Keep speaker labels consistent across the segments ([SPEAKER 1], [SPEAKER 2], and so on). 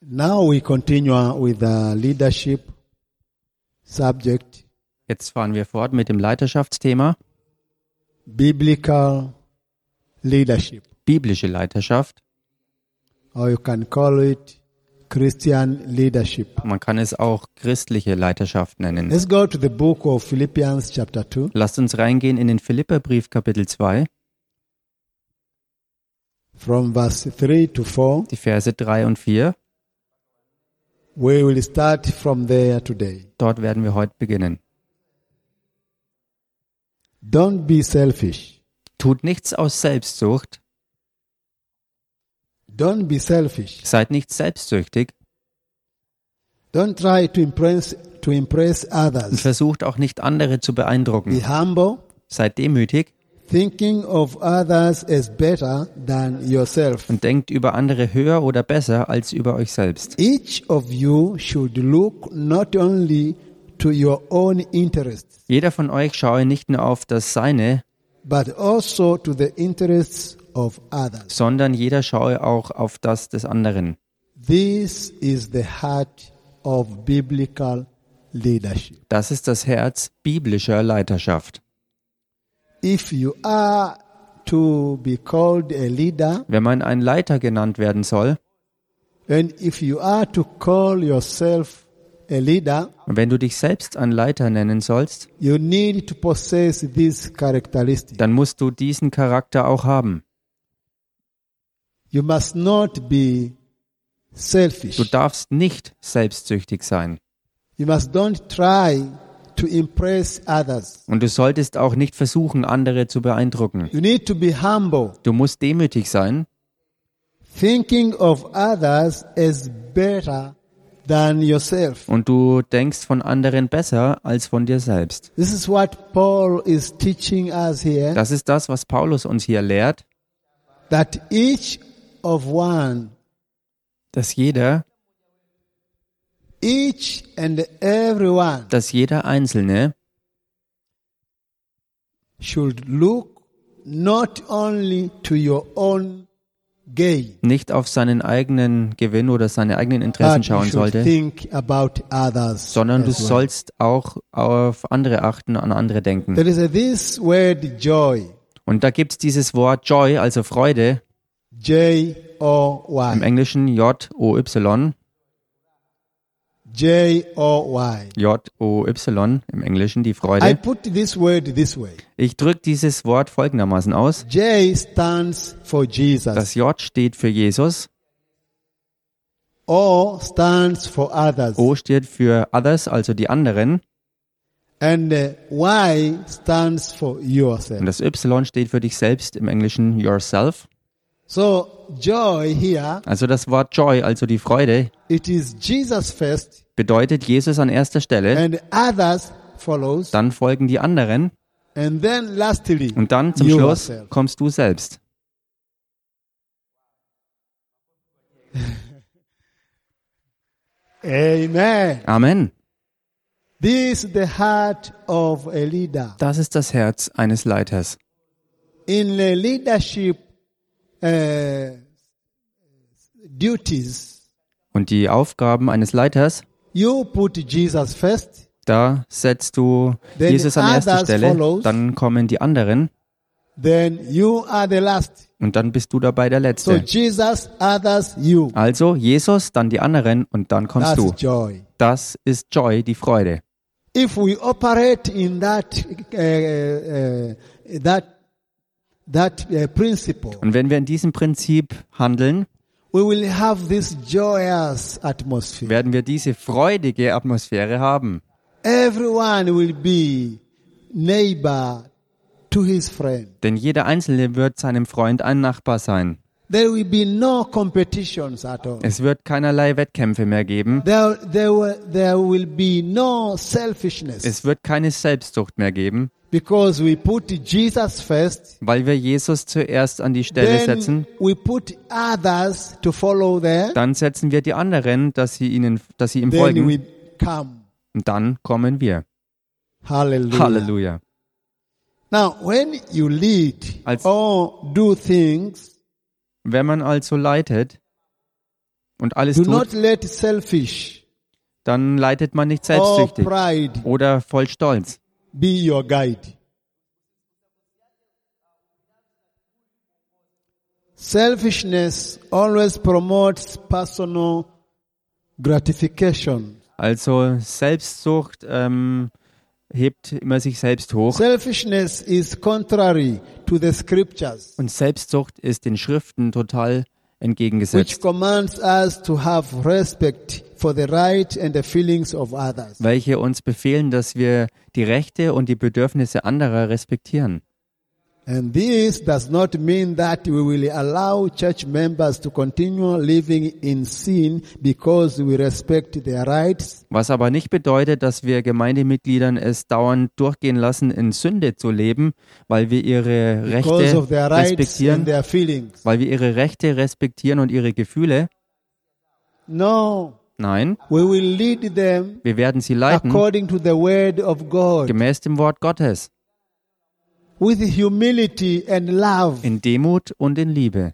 [SPEAKER 1] Now we continue with the leadership subject,
[SPEAKER 2] Jetzt fahren wir fort mit dem Leiterschaftsthema,
[SPEAKER 1] biblical leadership,
[SPEAKER 2] biblische Leiterschaft.
[SPEAKER 1] or you can call it Christian leadership.
[SPEAKER 2] Man kann es auch christliche Leiterschaft nennen.
[SPEAKER 1] Let's go to the book of Philippians chapter 2.
[SPEAKER 2] Lasst uns reingehen in den Philipperbrief Kapitel 2,
[SPEAKER 1] From verse 3 to 4,
[SPEAKER 2] die Verse 3 und 4.
[SPEAKER 1] we will start from there today.
[SPEAKER 2] Dort werden wir heute beginnen.
[SPEAKER 1] Don't be selfish.
[SPEAKER 2] Tut nichts aus Selbstsucht,
[SPEAKER 1] Don't be selfish.
[SPEAKER 2] seid nicht selbstsüchtig
[SPEAKER 1] Don't try to impress, to impress
[SPEAKER 2] und
[SPEAKER 1] others.
[SPEAKER 2] versucht auch nicht andere zu
[SPEAKER 1] Be
[SPEAKER 2] beeindrucken.
[SPEAKER 1] humble,
[SPEAKER 2] Seid demütig
[SPEAKER 1] thinking of others as better than yourself.
[SPEAKER 2] und denkt über andere höher oder besser als über euch selbst.
[SPEAKER 1] Each of you should look not only to your own interests,
[SPEAKER 2] Jeder von euch schaue nicht nur auf das Seine,
[SPEAKER 1] but also to the interests of others.
[SPEAKER 2] sondern jeder schaue auch auf das des anderen.
[SPEAKER 1] This is the heart of biblical leadership.
[SPEAKER 2] Das ist das Herz biblischer Leiterschaft.
[SPEAKER 1] If you are to be called a leader,
[SPEAKER 2] Wenn man ein Leiter genannt werden soll,
[SPEAKER 1] and if you are to call yourself a leader,
[SPEAKER 2] und wenn du dich selbst ein Leiter nennen sollst,
[SPEAKER 1] you need to possess these characteristics.
[SPEAKER 2] dann musst du diesen Charakter auch haben.
[SPEAKER 1] You must not be selfish.
[SPEAKER 2] Du darfst nicht selbstsüchtig sein.
[SPEAKER 1] You must don't try to impress others.
[SPEAKER 2] Und du solltest auch nicht versuchen, andere zu beeindrucken.
[SPEAKER 1] You need to be humble,
[SPEAKER 2] Du musst demütig sein
[SPEAKER 1] thinking of others as better than yourself.
[SPEAKER 2] und du denkst von anderen besser als von dir selbst.
[SPEAKER 1] This is what Paul is teaching us here
[SPEAKER 2] Das ist das, was Paulus uns hier lehrt,
[SPEAKER 1] that each of one,
[SPEAKER 2] dass jeder,
[SPEAKER 1] each and everyone
[SPEAKER 2] dass jeder Einzelne
[SPEAKER 1] should look not only to your own gain,
[SPEAKER 2] nicht auf seinen eigenen Gewinn oder seine eigenen Interessen
[SPEAKER 1] but you
[SPEAKER 2] schauen
[SPEAKER 1] should
[SPEAKER 2] sollte,
[SPEAKER 1] think about others.
[SPEAKER 2] sondern du
[SPEAKER 1] as well.
[SPEAKER 2] sollst auch auf andere achten, an andere denken.
[SPEAKER 1] There is a, this word joy,
[SPEAKER 2] Und da gibt's dieses Wort Joy, also Freude,
[SPEAKER 1] J O
[SPEAKER 2] im
[SPEAKER 1] Y,
[SPEAKER 2] Englischen J-O-Y,
[SPEAKER 1] J O Y.
[SPEAKER 2] J-O-Y, im Englischen die
[SPEAKER 1] I
[SPEAKER 2] Freude.
[SPEAKER 1] put this word this way.
[SPEAKER 2] Ich drücke dieses Wort folgendermaßen aus.
[SPEAKER 1] J stands for Jesus.
[SPEAKER 2] Das J steht für Jesus,
[SPEAKER 1] O stands for others.
[SPEAKER 2] O steht für others, also die anderen,
[SPEAKER 1] And uh, Y stands for
[SPEAKER 2] und
[SPEAKER 1] yourself.
[SPEAKER 2] das Y steht für dich selbst, im Englischen yourself.
[SPEAKER 1] So joy here,
[SPEAKER 2] Also das Wort Joy, also die Freude,
[SPEAKER 1] it is Jesus first
[SPEAKER 2] bedeutet Jesus an erster Stelle,
[SPEAKER 1] and others follows.
[SPEAKER 2] dann folgen die anderen
[SPEAKER 1] And then lastly,
[SPEAKER 2] und dann zum Schluss
[SPEAKER 1] yourself.
[SPEAKER 2] kommst du selbst.
[SPEAKER 1] Amen.
[SPEAKER 2] Amen.
[SPEAKER 1] This is the heart of a leader.
[SPEAKER 2] Das ist das Herz eines Leiters.
[SPEAKER 1] in the leadership uh, duties,
[SPEAKER 2] Und die Aufgaben eines Leiters,
[SPEAKER 1] you put Jesus first,
[SPEAKER 2] da setzt du
[SPEAKER 1] Then
[SPEAKER 2] Jesus an erste
[SPEAKER 1] others
[SPEAKER 2] Stelle,
[SPEAKER 1] follows.
[SPEAKER 2] dann kommen die anderen
[SPEAKER 1] then you are the last.
[SPEAKER 2] und dann bist du dabei der
[SPEAKER 1] So
[SPEAKER 2] Letzte.
[SPEAKER 1] Jesus, others, you.
[SPEAKER 2] Also Jesus, dann die anderen und dann kommst
[SPEAKER 1] That's
[SPEAKER 2] du.
[SPEAKER 1] joy.
[SPEAKER 2] Das ist Joy, die Freude.
[SPEAKER 1] If we operate in that uh, uh, that that uh, principle,
[SPEAKER 2] Und wenn wir in diesem Prinzip handeln,
[SPEAKER 1] we will have this joyous atmosphere.
[SPEAKER 2] werden wir diese freudige Atmosphäre haben.
[SPEAKER 1] Everyone will be neighbor to his friend.
[SPEAKER 2] Denn jeder Einzelne wird seinem Freund ein Nachbar sein.
[SPEAKER 1] There will be no competitions at all.
[SPEAKER 2] Es wird keinerlei Wettkämpfe mehr geben.
[SPEAKER 1] There, there, will, there will be no selfishness
[SPEAKER 2] Es wird keine Selbstsucht mehr geben,
[SPEAKER 1] because we put Jesus first,
[SPEAKER 2] weil wir Jesus zuerst an die Stelle
[SPEAKER 1] then
[SPEAKER 2] setzen.
[SPEAKER 1] we put others to follow there,
[SPEAKER 2] Dann setzen wir die anderen, dass sie ihnen, dass sie ihm
[SPEAKER 1] then we
[SPEAKER 2] folgen.
[SPEAKER 1] come.
[SPEAKER 2] Und dann kommen wir.
[SPEAKER 1] Hallelujah.
[SPEAKER 2] Halleluja.
[SPEAKER 1] Now, when you lead
[SPEAKER 2] Als-
[SPEAKER 1] or do things
[SPEAKER 2] Wenn man also leitet und alles
[SPEAKER 1] Do
[SPEAKER 2] tut,
[SPEAKER 1] not let selfish
[SPEAKER 2] dann leitet man nicht
[SPEAKER 1] or
[SPEAKER 2] selbstsüchtig
[SPEAKER 1] pride
[SPEAKER 2] oder voll Stolz.
[SPEAKER 1] be your guide. Selfishness always promotes personal gratification.
[SPEAKER 2] Also Selbstsucht ähm, hebt immer sich selbst hoch
[SPEAKER 1] Selfishness is contrary to the scriptures,
[SPEAKER 2] und Selbstsucht ist den Schriften total entgegengesetzt,
[SPEAKER 1] which commands us to have respect for the right and the feelings of others.
[SPEAKER 2] welche uns befehlen, dass wir die Rechte und die Bedürfnisse anderer respektieren.
[SPEAKER 1] And this does not mean that we will allow church members to continue living in sin because we respect their rights
[SPEAKER 2] Was aber nicht bedeutet, dass wir Gemeindemitgliedern es dauernd durchgehen lassen, in Sünde zu leben, weil wir ihre
[SPEAKER 1] because
[SPEAKER 2] Rechte
[SPEAKER 1] of their rights and
[SPEAKER 2] respektieren,
[SPEAKER 1] their feelings.
[SPEAKER 2] weil wir ihre Rechte respektieren und ihre Gefühle.
[SPEAKER 1] No,
[SPEAKER 2] Nein,
[SPEAKER 1] we will lead them
[SPEAKER 2] wir werden sie leiten
[SPEAKER 1] according to the word of God
[SPEAKER 2] gemäß dem Wort Gottes,
[SPEAKER 1] with humility and love.
[SPEAKER 2] in Demut und in Liebe.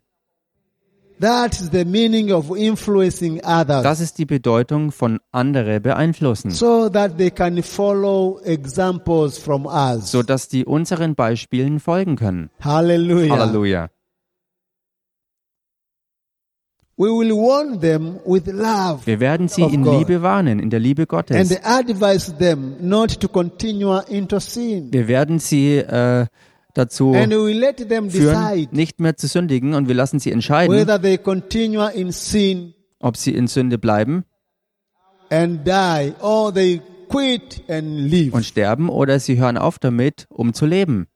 [SPEAKER 1] That is the meaning of influencing others
[SPEAKER 2] Das ist die Bedeutung von andere beeinflussen,
[SPEAKER 1] so that they can follow examples from us.
[SPEAKER 2] so dass die unseren Beispielen folgen können.
[SPEAKER 1] Hallelujah.
[SPEAKER 2] Halleluja.
[SPEAKER 1] We will warn them with love.
[SPEAKER 2] Wir werden sie
[SPEAKER 1] Of
[SPEAKER 2] in
[SPEAKER 1] God.
[SPEAKER 2] Liebe warnen, in der Liebe
[SPEAKER 1] and
[SPEAKER 2] Gottes.
[SPEAKER 1] advise them not to continue into sin.
[SPEAKER 2] Wir werden sie äh, dazu
[SPEAKER 1] And we let them
[SPEAKER 2] führen,
[SPEAKER 1] decide
[SPEAKER 2] nicht mehr zu sündigen und wir lassen sie entscheiden,
[SPEAKER 1] whether they continue in sin
[SPEAKER 2] ob sie in Sünde bleiben
[SPEAKER 1] and die or they quit and leave.
[SPEAKER 2] und sterben oder sie hören auf damit, um zu leben.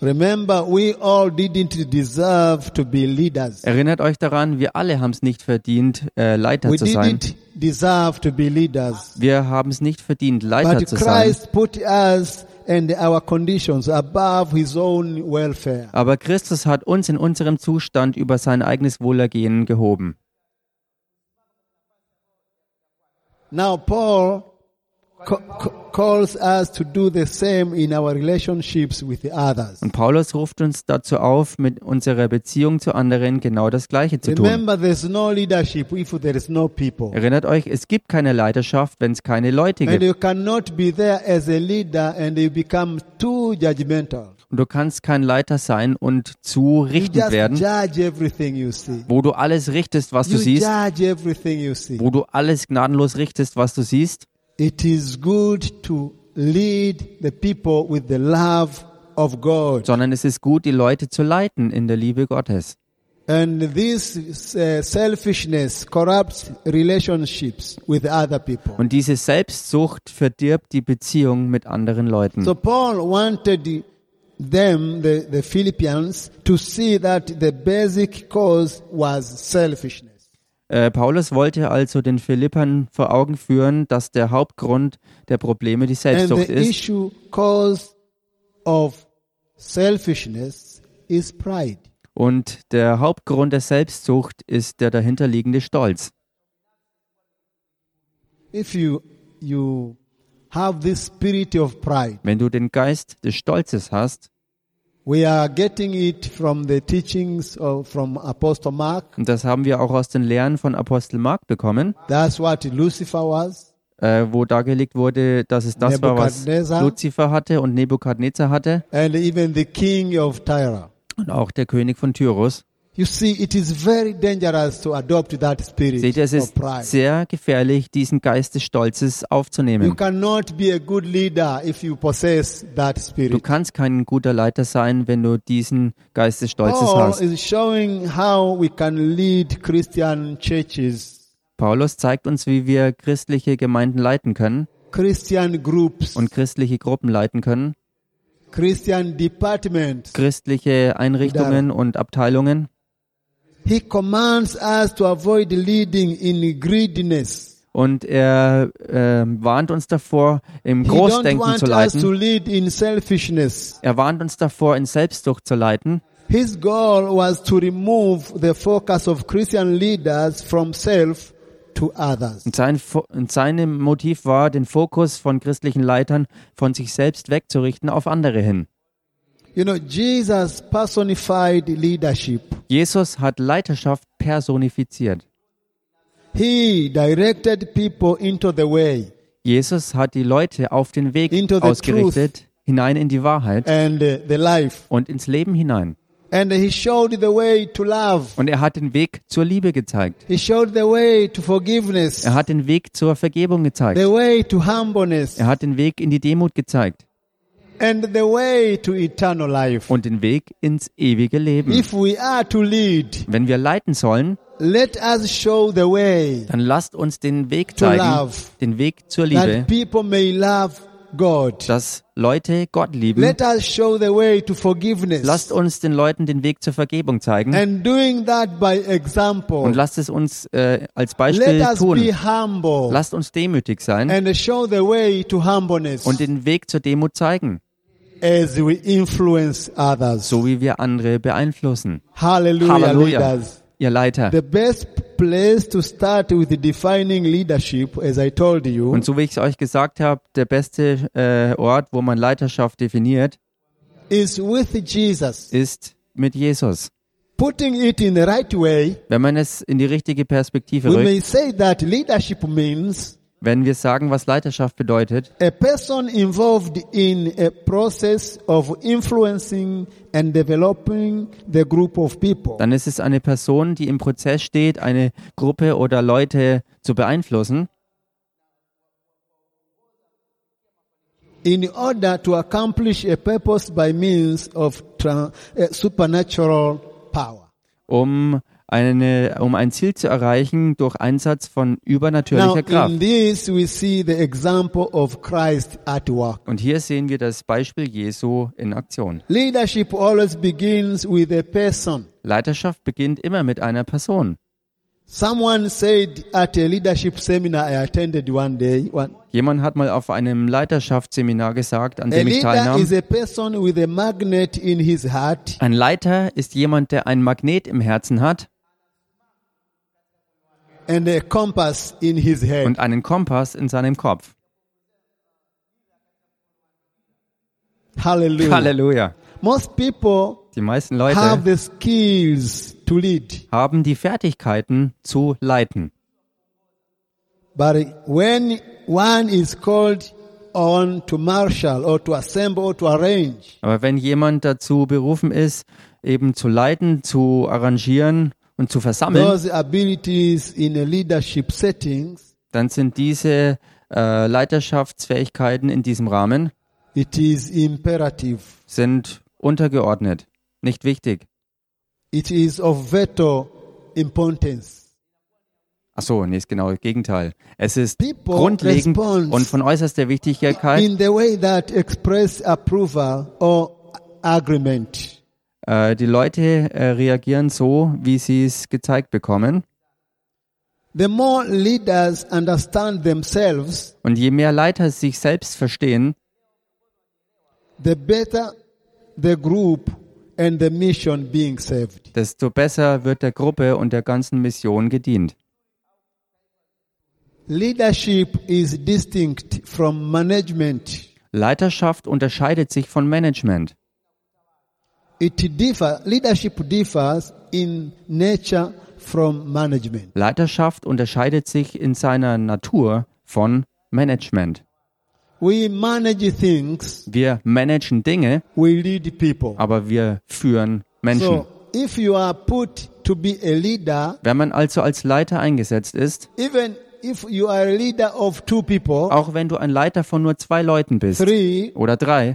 [SPEAKER 1] Remember, we all didn't deserve to be leaders.
[SPEAKER 2] Erinnert euch daran, wir alle haben es nicht verdient, äh, Leiter
[SPEAKER 1] We
[SPEAKER 2] zu sein.
[SPEAKER 1] didn't deserve to be leaders.
[SPEAKER 2] Wir haben es nicht verdient, Leiter
[SPEAKER 1] But
[SPEAKER 2] zu sein.
[SPEAKER 1] Christ put us and our conditions above his own welfare.
[SPEAKER 2] Aber Christus hat uns in unserem Zustand über sein eigenes Wohlergehen gehoben.
[SPEAKER 1] Now, Paul ca- ca- calls us to do the same in our relationships with the others.
[SPEAKER 2] Und Paulus ruft uns dazu auf, mit unserer Beziehung zu anderen genau das Gleiche zu tun.
[SPEAKER 1] Remember, there's no leadership if there is no people.
[SPEAKER 2] Erinnert euch, es gibt keine Leiterschaft, wenn es keine Leute
[SPEAKER 1] And
[SPEAKER 2] gibt.
[SPEAKER 1] you cannot be there as a leader and you become too judgmental.
[SPEAKER 2] Und du kannst kein Leiter sein und zu
[SPEAKER 1] You
[SPEAKER 2] richtend
[SPEAKER 1] just
[SPEAKER 2] werden,
[SPEAKER 1] judge everything you see.
[SPEAKER 2] wo du alles richtest, was du
[SPEAKER 1] You
[SPEAKER 2] siehst,
[SPEAKER 1] judge everything you see.
[SPEAKER 2] wo du alles gnadenlos richtest, was du siehst.
[SPEAKER 1] It is good to lead the people with the love of God.
[SPEAKER 2] sondern es ist gut, die Leute zu leiten in der Liebe Gottes.
[SPEAKER 1] And this uh, selfishness corrupts relationships with other people.
[SPEAKER 2] Und diese Selbstsucht verdirbt die Beziehung mit anderen Leuten.
[SPEAKER 1] So Paul wanted them, the, the Philippians, to see that the basic cause was selfishness.
[SPEAKER 2] Äh, Paulus wollte also den Philippern vor Augen führen, dass der Hauptgrund der Probleme die
[SPEAKER 1] And
[SPEAKER 2] Selbstsucht
[SPEAKER 1] the
[SPEAKER 2] ist.
[SPEAKER 1] issue cause of selfishness is pride.
[SPEAKER 2] Und der Hauptgrund der Selbstsucht ist der dahinterliegende Stolz.
[SPEAKER 1] If you, you have this spirit of pride,
[SPEAKER 2] Wenn du den Geist des Stolzes hast,
[SPEAKER 1] we are getting it from the teachings of, from Apostle Mark.
[SPEAKER 2] und das haben wir auch aus den Lehren von Apostel Mark bekommen,
[SPEAKER 1] That's what Lucifer was.
[SPEAKER 2] äh, wo dargelegt wurde, dass es das war, was
[SPEAKER 1] Nebukadnezar.
[SPEAKER 2] Luzifer hatte und Nebukadnezar hatte
[SPEAKER 1] And even the king of Tyre.
[SPEAKER 2] und auch der König von Tyrus.
[SPEAKER 1] You see, it is very dangerous to adopt that spirit
[SPEAKER 2] Seht ihr, es
[SPEAKER 1] of
[SPEAKER 2] ist
[SPEAKER 1] pride.
[SPEAKER 2] sehr gefährlich, diesen Geist des Stolzes
[SPEAKER 1] You
[SPEAKER 2] aufzunehmen.
[SPEAKER 1] cannot be a good leader if you possess that
[SPEAKER 2] Du
[SPEAKER 1] spirit.
[SPEAKER 2] kannst kein guter Leiter sein, wenn du diesen Geist des Stolzes
[SPEAKER 1] Paul
[SPEAKER 2] hast.
[SPEAKER 1] is showing how we can lead Christian churches,
[SPEAKER 2] Paulus zeigt uns, wie wir christliche Gemeinden leiten können
[SPEAKER 1] Christian groups,
[SPEAKER 2] und christliche Gruppen leiten können,
[SPEAKER 1] Christian departments.
[SPEAKER 2] christliche Einrichtungen und Abteilungen.
[SPEAKER 1] He commands us to avoid leading in greediness.
[SPEAKER 2] Und er äh, warnt uns davor, im
[SPEAKER 1] He don't
[SPEAKER 2] Großdenken
[SPEAKER 1] want
[SPEAKER 2] zu
[SPEAKER 1] us to
[SPEAKER 2] leiten.
[SPEAKER 1] lead in selfishness.
[SPEAKER 2] Er warnt uns davor, in Selbstsucht zu leiten.
[SPEAKER 1] His goal was to remove the focus of Christian leaders from self to others.
[SPEAKER 2] Und sein, Fo- und sein Motiv war, den Fokus von christlichen Leitern von sich selbst wegzurichten auf andere hin.
[SPEAKER 1] You know, Jesus personified leadership.
[SPEAKER 2] Jesus hat Leiterschaft personifiziert.
[SPEAKER 1] He directed people into the way.
[SPEAKER 2] Jesus hat die Leute auf den Weg
[SPEAKER 1] Into the
[SPEAKER 2] ausgerichtet, hinein in die Wahrheit
[SPEAKER 1] and uh, the life.
[SPEAKER 2] und ins Leben hinein.
[SPEAKER 1] And he showed the way to love.
[SPEAKER 2] Und er hat den Weg zur Liebe gezeigt.
[SPEAKER 1] He showed the way to forgiveness.
[SPEAKER 2] Er hat den Weg zur Vergebung gezeigt.
[SPEAKER 1] The way to humbleness.
[SPEAKER 2] Er hat den Weg in die Demut gezeigt
[SPEAKER 1] And the way to eternal life.
[SPEAKER 2] und den Weg ins ewige Leben.
[SPEAKER 1] If we are to lead,
[SPEAKER 2] Wenn wir leiten sollen,
[SPEAKER 1] let us show the way
[SPEAKER 2] dann lasst uns den Weg
[SPEAKER 1] To
[SPEAKER 2] zeigen,
[SPEAKER 1] love.
[SPEAKER 2] den Weg zur Liebe,
[SPEAKER 1] that people may love God.
[SPEAKER 2] dass Leute Gott lieben.
[SPEAKER 1] Let us show the way to forgiveness.
[SPEAKER 2] Lasst uns den Leuten den Weg zur Vergebung zeigen
[SPEAKER 1] And doing that by example.
[SPEAKER 2] und lasst es uns äh, als Beispiel
[SPEAKER 1] Let us be
[SPEAKER 2] tun.
[SPEAKER 1] humble
[SPEAKER 2] Lasst uns demütig sein
[SPEAKER 1] and show the way to humbleness
[SPEAKER 2] und den Weg zur Demut zeigen,
[SPEAKER 1] as we influence others.
[SPEAKER 2] so wie wir andere beeinflussen.
[SPEAKER 1] Hallelujah,
[SPEAKER 2] Halleluja,
[SPEAKER 1] leaders.
[SPEAKER 2] ihr Leiter.
[SPEAKER 1] The best place to start with defining leadership, as I told you,
[SPEAKER 2] Und so wie ich es euch gesagt habe, der beste äh, Ort, wo man Leiterschaft definiert,
[SPEAKER 1] is with Jesus.
[SPEAKER 2] ist mit Jesus.
[SPEAKER 1] Putting it in the right way,
[SPEAKER 2] Wenn man es in die richtige Perspektive
[SPEAKER 1] we
[SPEAKER 2] rückt,
[SPEAKER 1] may say that leadership means
[SPEAKER 2] wenn wir sagen, was Leiterschaft bedeutet,
[SPEAKER 1] a person involved in a process of influencing and developing the group of people.
[SPEAKER 2] dann ist es eine Person, die im Prozess steht, eine Gruppe oder Leute zu beeinflussen,
[SPEAKER 1] in order to accomplish a purpose by means of tra- uh, supernatural power.
[SPEAKER 2] um, eine, um ein Ziel zu erreichen durch Einsatz von
[SPEAKER 1] Now,
[SPEAKER 2] übernatürlicher
[SPEAKER 1] in
[SPEAKER 2] Kraft.
[SPEAKER 1] this, we see the example of Christ at work.
[SPEAKER 2] Und hier sehen wir das Beispiel Jesu in Aktion.
[SPEAKER 1] Leadership always begins with a person.
[SPEAKER 2] Leiterschaft beginnt immer mit einer Person.
[SPEAKER 1] Someone said at a leadership seminar I attended one day, one,
[SPEAKER 2] Jemand hat mal auf einem Leiterschaftsseminar gesagt, an
[SPEAKER 1] a
[SPEAKER 2] dem ich
[SPEAKER 1] leader
[SPEAKER 2] teilnahm,
[SPEAKER 1] is a person with a magnet in his heart
[SPEAKER 2] Ein Leiter ist jemand, der ein Magnet im Herzen hat
[SPEAKER 1] and a compass in his head.
[SPEAKER 2] und einen Kompass in seinem Kopf.
[SPEAKER 1] Hallelujah.
[SPEAKER 2] Halleluja.
[SPEAKER 1] Most people
[SPEAKER 2] Die meisten
[SPEAKER 1] have the
[SPEAKER 2] Leute
[SPEAKER 1] skills to lead.
[SPEAKER 2] haben die Fertigkeiten zu leiten.
[SPEAKER 1] But when one is called on to marshal or to assemble or to arrange,
[SPEAKER 2] Aber wenn jemand dazu berufen ist, eben zu leiten, zu arrangieren und zu versammeln,
[SPEAKER 1] those abilities in a leadership settings,
[SPEAKER 2] dann sind diese äh, Leiterschaftsfähigkeiten in diesem Rahmen
[SPEAKER 1] it is imperative.
[SPEAKER 2] sind untergeordnet, nicht wichtig.
[SPEAKER 1] It is of vital importance.
[SPEAKER 2] Ach so, nee, ist genau das Gegenteil. Es ist
[SPEAKER 1] People
[SPEAKER 2] grundlegend
[SPEAKER 1] responds
[SPEAKER 2] und von äußerster Wichtigkeit,
[SPEAKER 1] In the way that express approval or agreement.
[SPEAKER 2] Äh, die Leute äh, reagieren so, wie sie es gezeigt bekommen.
[SPEAKER 1] The more leaders understand themselves,
[SPEAKER 2] Und je mehr Leiter sich selbst verstehen,
[SPEAKER 1] the better the group and the mission being served.
[SPEAKER 2] desto besser wird der Gruppe und der ganzen Mission gedient.
[SPEAKER 1] Leadership is distinct from management.
[SPEAKER 2] Leiterschaft unterscheidet sich von Management.
[SPEAKER 1] It differ, leadership differs in nature from management.
[SPEAKER 2] Leiterschaft unterscheidet sich in seiner Natur von Management.
[SPEAKER 1] We manage things,
[SPEAKER 2] Wir managen Dinge,
[SPEAKER 1] we lead people.
[SPEAKER 2] aber wir führen Menschen.
[SPEAKER 1] So, if you are put to be a leader,
[SPEAKER 2] Wenn man also als Leiter eingesetzt ist,
[SPEAKER 1] even if you are a leader of two people,
[SPEAKER 2] auch wenn du ein Leiter von nur zwei Leuten bist
[SPEAKER 1] three,
[SPEAKER 2] oder drei,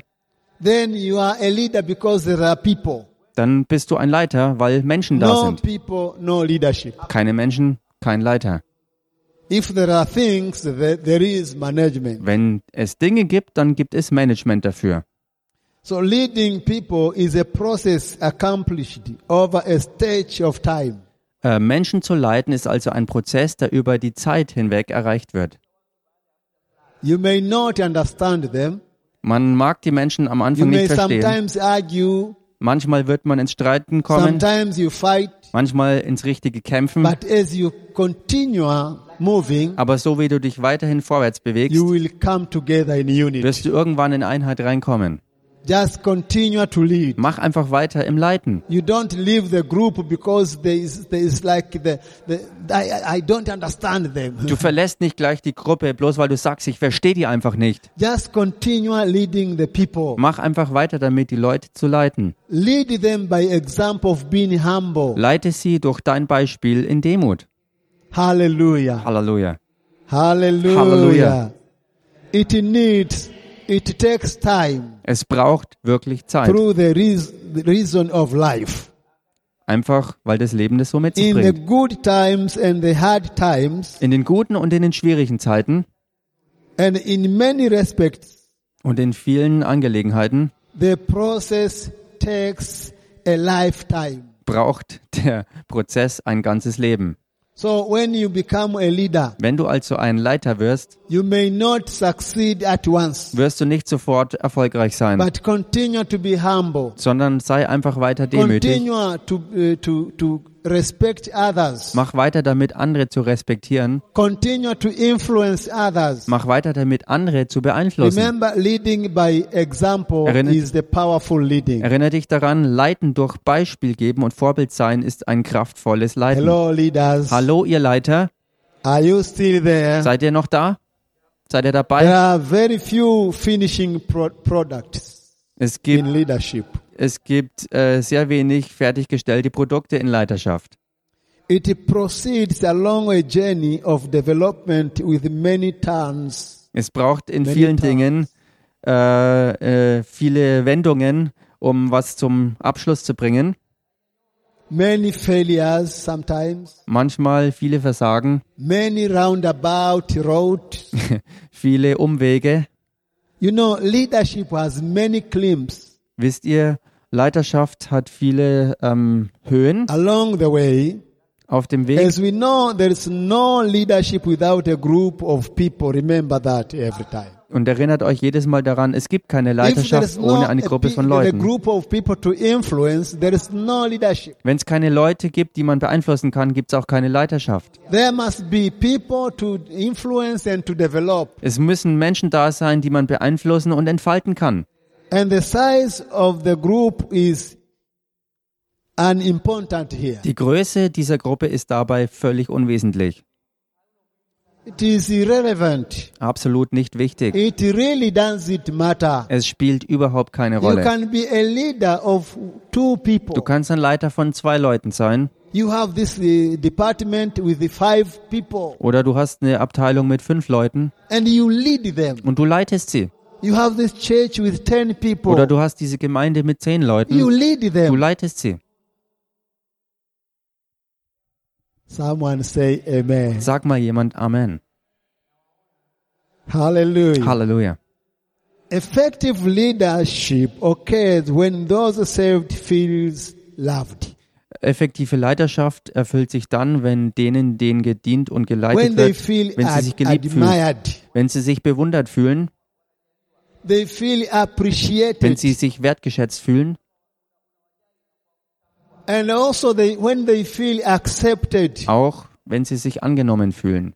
[SPEAKER 1] then you are a leader because there are people.
[SPEAKER 2] dann bist du ein Leiter, weil Menschen da
[SPEAKER 1] No
[SPEAKER 2] sind.
[SPEAKER 1] people, no leadership.
[SPEAKER 2] Keine Menschen, kein Leiter.
[SPEAKER 1] If there are things, there, there is management.
[SPEAKER 2] Wenn es Dinge gibt, dann gibt es Management dafür.
[SPEAKER 1] So leading people is a process accomplished over a stage of time.
[SPEAKER 2] Äh, Menschen zu leiten ist also ein Prozess, der über die Zeit hinweg erreicht wird.
[SPEAKER 1] You may not understand them.
[SPEAKER 2] Man mag die Menschen am
[SPEAKER 1] You
[SPEAKER 2] Anfang
[SPEAKER 1] may
[SPEAKER 2] nicht verstehen.
[SPEAKER 1] sometimes argue,
[SPEAKER 2] Manchmal wird man ins Streiten kommen,
[SPEAKER 1] sometimes you fight,
[SPEAKER 2] manchmal ins richtige Kämpfen.
[SPEAKER 1] but as you continue moving,
[SPEAKER 2] Aber so wie du dich weiterhin vorwärts bewegst,
[SPEAKER 1] you will come together in unity.
[SPEAKER 2] wirst du irgendwann in Einheit reinkommen.
[SPEAKER 1] Just continue to lead.
[SPEAKER 2] Mach einfach weiter im Leiten.
[SPEAKER 1] You don't leave the group because there is, there is like the, the I, I don't understand them.
[SPEAKER 2] Du verlässt nicht gleich die Gruppe, bloß weil du sagst, ich verstehe die einfach nicht.
[SPEAKER 1] Just continue leading the people.
[SPEAKER 2] Mach einfach weiter damit, die Leute zu leiten.
[SPEAKER 1] Lead them by example of being humble.
[SPEAKER 2] Leite sie durch dein Beispiel in Demut.
[SPEAKER 1] Hallelujah.
[SPEAKER 2] Halleluja.
[SPEAKER 1] Hallelujah.
[SPEAKER 2] Hallelujah.
[SPEAKER 1] It needs, it takes time
[SPEAKER 2] Es braucht wirklich Zeit.
[SPEAKER 1] through the reas- the reason of life.
[SPEAKER 2] Einfach, weil das Leben das so mit sich
[SPEAKER 1] In the
[SPEAKER 2] bringt.
[SPEAKER 1] good times and the hard times,
[SPEAKER 2] In den guten und in den schwierigen Zeiten
[SPEAKER 1] and in many respects,
[SPEAKER 2] und in vielen Angelegenheiten
[SPEAKER 1] the process takes a lifetime.
[SPEAKER 2] braucht der Prozess ein ganzes Leben.
[SPEAKER 1] So when you become a leader,
[SPEAKER 2] Wenn du also ein Leiter wirst,
[SPEAKER 1] you may not succeed at once,
[SPEAKER 2] wirst du nicht sofort erfolgreich sein,
[SPEAKER 1] but continue to be humble.
[SPEAKER 2] sondern sei einfach weiter demütig.
[SPEAKER 1] Continue to, uh, to, to respect others.
[SPEAKER 2] Mach weiter damit, andere zu respektieren.
[SPEAKER 1] Continue to influence others.
[SPEAKER 2] Mach weiter damit, andere zu beeinflussen.
[SPEAKER 1] Remember, leading by example
[SPEAKER 2] Erinnert-
[SPEAKER 1] is the powerful leading.
[SPEAKER 2] Erinnere dich daran, Leiten durch Beispiel geben und Vorbild sein ist ein kraftvolles Leiten.
[SPEAKER 1] Hello, leaders.
[SPEAKER 2] Hallo, ihr Leiter.
[SPEAKER 1] Are you still there?
[SPEAKER 2] Seid ihr noch da? Seid ihr
[SPEAKER 1] There
[SPEAKER 2] dabei?
[SPEAKER 1] are very few finishing pro- products
[SPEAKER 2] Es
[SPEAKER 1] in
[SPEAKER 2] gibt,
[SPEAKER 1] leadership.
[SPEAKER 2] es gibt äh, sehr wenig fertiggestellte Produkte in Leiterschaft.
[SPEAKER 1] It proceeds along a journey of development with many turns.
[SPEAKER 2] Es braucht in
[SPEAKER 1] Many
[SPEAKER 2] vielen
[SPEAKER 1] times.
[SPEAKER 2] Dingen äh, äh, viele Wendungen, um was zum Abschluss zu bringen.
[SPEAKER 1] many failures sometimes,
[SPEAKER 2] Manchmal viele Versagen,
[SPEAKER 1] many roundabout roads.
[SPEAKER 2] viele Umwege.
[SPEAKER 1] you know, leadership has many climbs
[SPEAKER 2] Wisst ihr, Leiterschaft hat viele ähm, Höhen
[SPEAKER 1] along the way.
[SPEAKER 2] auf dem Weg.
[SPEAKER 1] As we know, there is no leadership without a group of people. Remember that every time.
[SPEAKER 2] Und erinnert euch jedes Mal daran, es gibt keine
[SPEAKER 1] If there is
[SPEAKER 2] Leiterschaft
[SPEAKER 1] no
[SPEAKER 2] ohne eine
[SPEAKER 1] a
[SPEAKER 2] Gruppe
[SPEAKER 1] pe-
[SPEAKER 2] von
[SPEAKER 1] a
[SPEAKER 2] Leuten.
[SPEAKER 1] group of people to influence, there is no leadership.
[SPEAKER 2] Wenn es keine Leute gibt, die man beeinflussen kann, gibt es auch keine Leiterschaft.
[SPEAKER 1] There must be people to influence and to develop.
[SPEAKER 2] Es müssen Menschen da sein, die man beeinflussen und entfalten kann.
[SPEAKER 1] And the size of the group is unimportant here.
[SPEAKER 2] Die Größe dieser Gruppe ist dabei völlig unwesentlich.
[SPEAKER 1] It is irrelevant.
[SPEAKER 2] Absolut nicht wichtig.
[SPEAKER 1] It really doesn't matter.
[SPEAKER 2] Es spielt überhaupt keine
[SPEAKER 1] You
[SPEAKER 2] Rolle.
[SPEAKER 1] can be a leader of two
[SPEAKER 2] Du
[SPEAKER 1] people.
[SPEAKER 2] kannst ein Leiter von zwei Leuten sein
[SPEAKER 1] You have this uh, department with the five people
[SPEAKER 2] oder du hast eine Abteilung mit fünf Leuten
[SPEAKER 1] and you lead them.
[SPEAKER 2] und du leitest sie.
[SPEAKER 1] You have this church with ten people.
[SPEAKER 2] Oder du hast diese Gemeinde mit zehn
[SPEAKER 1] You
[SPEAKER 2] Leuten,
[SPEAKER 1] lead
[SPEAKER 2] du
[SPEAKER 1] them.
[SPEAKER 2] leitest sie.
[SPEAKER 1] Someone say amen.
[SPEAKER 2] Sag mal jemand Amen.
[SPEAKER 1] Hallelujah.
[SPEAKER 2] Halleluja.
[SPEAKER 1] Effective leadership occurs when those served feels loved.
[SPEAKER 2] Effektive Leiterschaft erfüllt sich dann, wenn denen, denen gedient und
[SPEAKER 1] When
[SPEAKER 2] geleitet
[SPEAKER 1] they
[SPEAKER 2] wird,
[SPEAKER 1] feel
[SPEAKER 2] wenn sie
[SPEAKER 1] ad-
[SPEAKER 2] sich geliebt fühlen,
[SPEAKER 1] admired.
[SPEAKER 2] wenn sie sich bewundert fühlen,
[SPEAKER 1] They feel
[SPEAKER 2] wenn
[SPEAKER 1] appreciated.
[SPEAKER 2] sie sich wertgeschätzt fühlen
[SPEAKER 1] And also they, when they feel accepted.
[SPEAKER 2] auch wenn sie sich angenommen fühlen.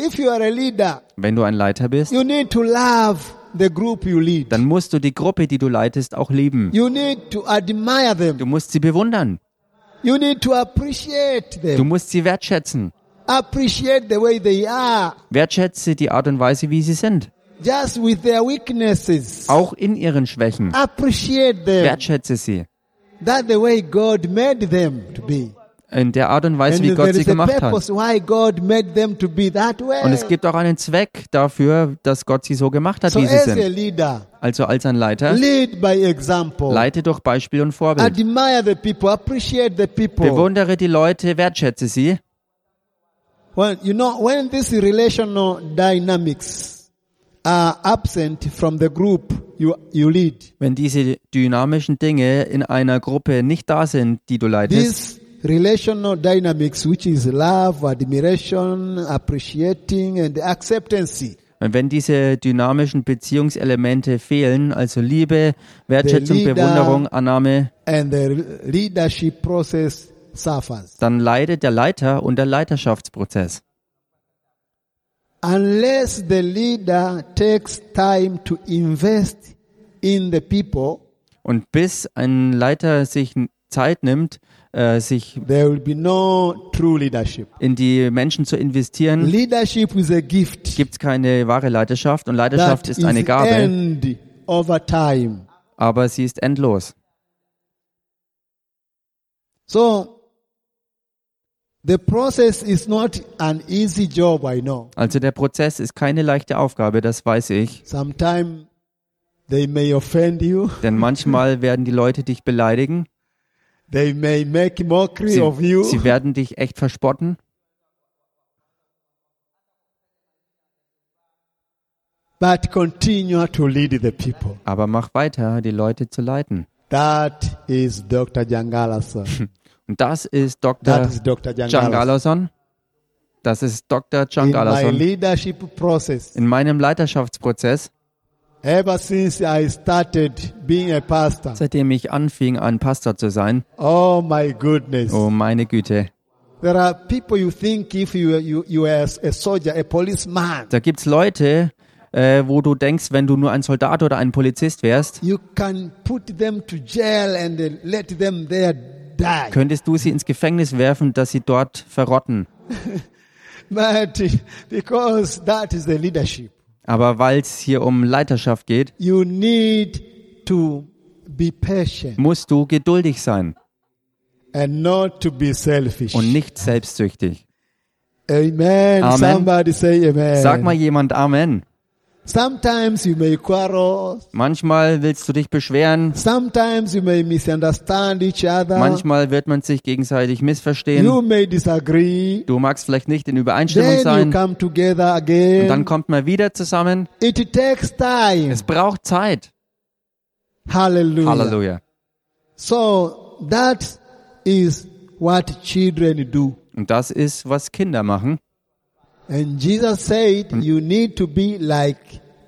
[SPEAKER 1] If you are a leader,
[SPEAKER 2] Wenn du ein Leiter bist,
[SPEAKER 1] you need to love the group you lead.
[SPEAKER 2] dann musst du die Gruppe, die du leitest, auch lieben.
[SPEAKER 1] You need to admire
[SPEAKER 2] Du
[SPEAKER 1] them.
[SPEAKER 2] musst sie bewundern.
[SPEAKER 1] You need to appreciate
[SPEAKER 2] Du
[SPEAKER 1] them.
[SPEAKER 2] musst sie wertschätzen.
[SPEAKER 1] Appreciate the way they are,
[SPEAKER 2] Wertschätze die Art und Weise, wie sie sind.
[SPEAKER 1] just with their weaknesses.
[SPEAKER 2] Auch in ihren Schwächen.
[SPEAKER 1] Appreciate them.
[SPEAKER 2] Wertschätze sie.
[SPEAKER 1] That's the way God made them to be.
[SPEAKER 2] In der Art und Weise,
[SPEAKER 1] And
[SPEAKER 2] wie Gott
[SPEAKER 1] there
[SPEAKER 2] sie
[SPEAKER 1] is a
[SPEAKER 2] gemacht hat.
[SPEAKER 1] purpose why God made them to be that way.
[SPEAKER 2] Und es gibt auch einen Zweck dafür, dass Gott sie so gemacht hat,
[SPEAKER 1] so
[SPEAKER 2] wie sie
[SPEAKER 1] as a
[SPEAKER 2] sind.
[SPEAKER 1] leader,
[SPEAKER 2] Also als ein Leiter,
[SPEAKER 1] lead by example.
[SPEAKER 2] leite durch Beispiel und Vorbild.
[SPEAKER 1] Admire the people, appreciate the people.
[SPEAKER 2] Bewundere die Leute, wertschätze sie.
[SPEAKER 1] Well, you know, when these relational dynamics are absent from the group you, you lead,
[SPEAKER 2] Wenn diese dynamischen Dinge in einer Gruppe nicht da sind, die du leitest,
[SPEAKER 1] these relational dynamics, which is love, admiration, appreciating, and acceptance,
[SPEAKER 2] und wenn diese dynamischen Beziehungselemente fehlen, also Liebe, Wertschätzung,
[SPEAKER 1] The leader-
[SPEAKER 2] Bewunderung, Annahme,
[SPEAKER 1] and the leadership process suffers.
[SPEAKER 2] dann leidet der Leiter und der Leiterschaftsprozess.
[SPEAKER 1] Unless the leader takes time to invest in the people,
[SPEAKER 2] Und bis ein Leiter sich n- Zeit nimmt, äh, sich
[SPEAKER 1] there will be no true leadership.
[SPEAKER 2] in die Menschen zu investieren,
[SPEAKER 1] Leadership is a gift
[SPEAKER 2] gibt es keine wahre Leiterschaft. Und Leiterschaft
[SPEAKER 1] that
[SPEAKER 2] ist eine
[SPEAKER 1] is
[SPEAKER 2] Gabe,
[SPEAKER 1] earned over time.
[SPEAKER 2] aber sie ist endlos.
[SPEAKER 1] So the process is not an easy job, I know.
[SPEAKER 2] Also der Prozess ist keine leichte Aufgabe, das weiß ich.
[SPEAKER 1] Sometimes they may offend you,
[SPEAKER 2] Denn manchmal werden die Leute dich beleidigen,
[SPEAKER 1] they may make mockery
[SPEAKER 2] sie,
[SPEAKER 1] of you.
[SPEAKER 2] sie werden dich echt verspotten.
[SPEAKER 1] But continue to lead the people.
[SPEAKER 2] Aber mach weiter, die Leute zu leiten.
[SPEAKER 1] That is Dr. Jangalasa.
[SPEAKER 2] Und das ist Dr.
[SPEAKER 1] That is Dr. Jangalasa.
[SPEAKER 2] Jangalason. Das ist Dr.
[SPEAKER 1] In my
[SPEAKER 2] Jangalason.
[SPEAKER 1] leadership process,
[SPEAKER 2] In meinem Leiterschaftsprozess,
[SPEAKER 1] ever since I started being a pastor,
[SPEAKER 2] seitdem ich anfing, ein Pastor zu sein,
[SPEAKER 1] oh my goodness.
[SPEAKER 2] oh meine Güte,
[SPEAKER 1] There are people you think if you, you, you are a soldier, a policeman,
[SPEAKER 2] da gibt's Leute, äh, wo du denkst, wenn du nur ein Soldat oder ein Polizist wärst,
[SPEAKER 1] you can put them to jail and uh, let them there die.
[SPEAKER 2] könntest du sie ins Gefängnis werfen, dass sie dort verrotten.
[SPEAKER 1] But because that is the leadership,
[SPEAKER 2] Aber weil's hier um Leiterschaft geht,
[SPEAKER 1] you need to be patient
[SPEAKER 2] musst du geduldig sein
[SPEAKER 1] and not to be selfish.
[SPEAKER 2] und nicht selbstsüchtig.
[SPEAKER 1] Amen.
[SPEAKER 2] Amen.
[SPEAKER 1] Somebody say amen.
[SPEAKER 2] Sag mal jemand Amen.
[SPEAKER 1] Sometimes you may quarrel.
[SPEAKER 2] Manchmal willst du dich beschweren,
[SPEAKER 1] Sometimes you may misunderstand each other.
[SPEAKER 2] manchmal wird man sich gegenseitig missverstehen.
[SPEAKER 1] you may disagree.
[SPEAKER 2] Du magst vielleicht nicht in Übereinstimmung
[SPEAKER 1] Then you
[SPEAKER 2] sein.
[SPEAKER 1] come together
[SPEAKER 2] Und dann
[SPEAKER 1] again.
[SPEAKER 2] kommt man wieder zusammen.
[SPEAKER 1] It takes time.
[SPEAKER 2] Es braucht Zeit.
[SPEAKER 1] Hallelujah.
[SPEAKER 2] Halleluja.
[SPEAKER 1] So that is what children do.
[SPEAKER 2] Und das ist, was Kinder machen.
[SPEAKER 1] And Jesus said,
[SPEAKER 2] Mm.
[SPEAKER 1] you need to be like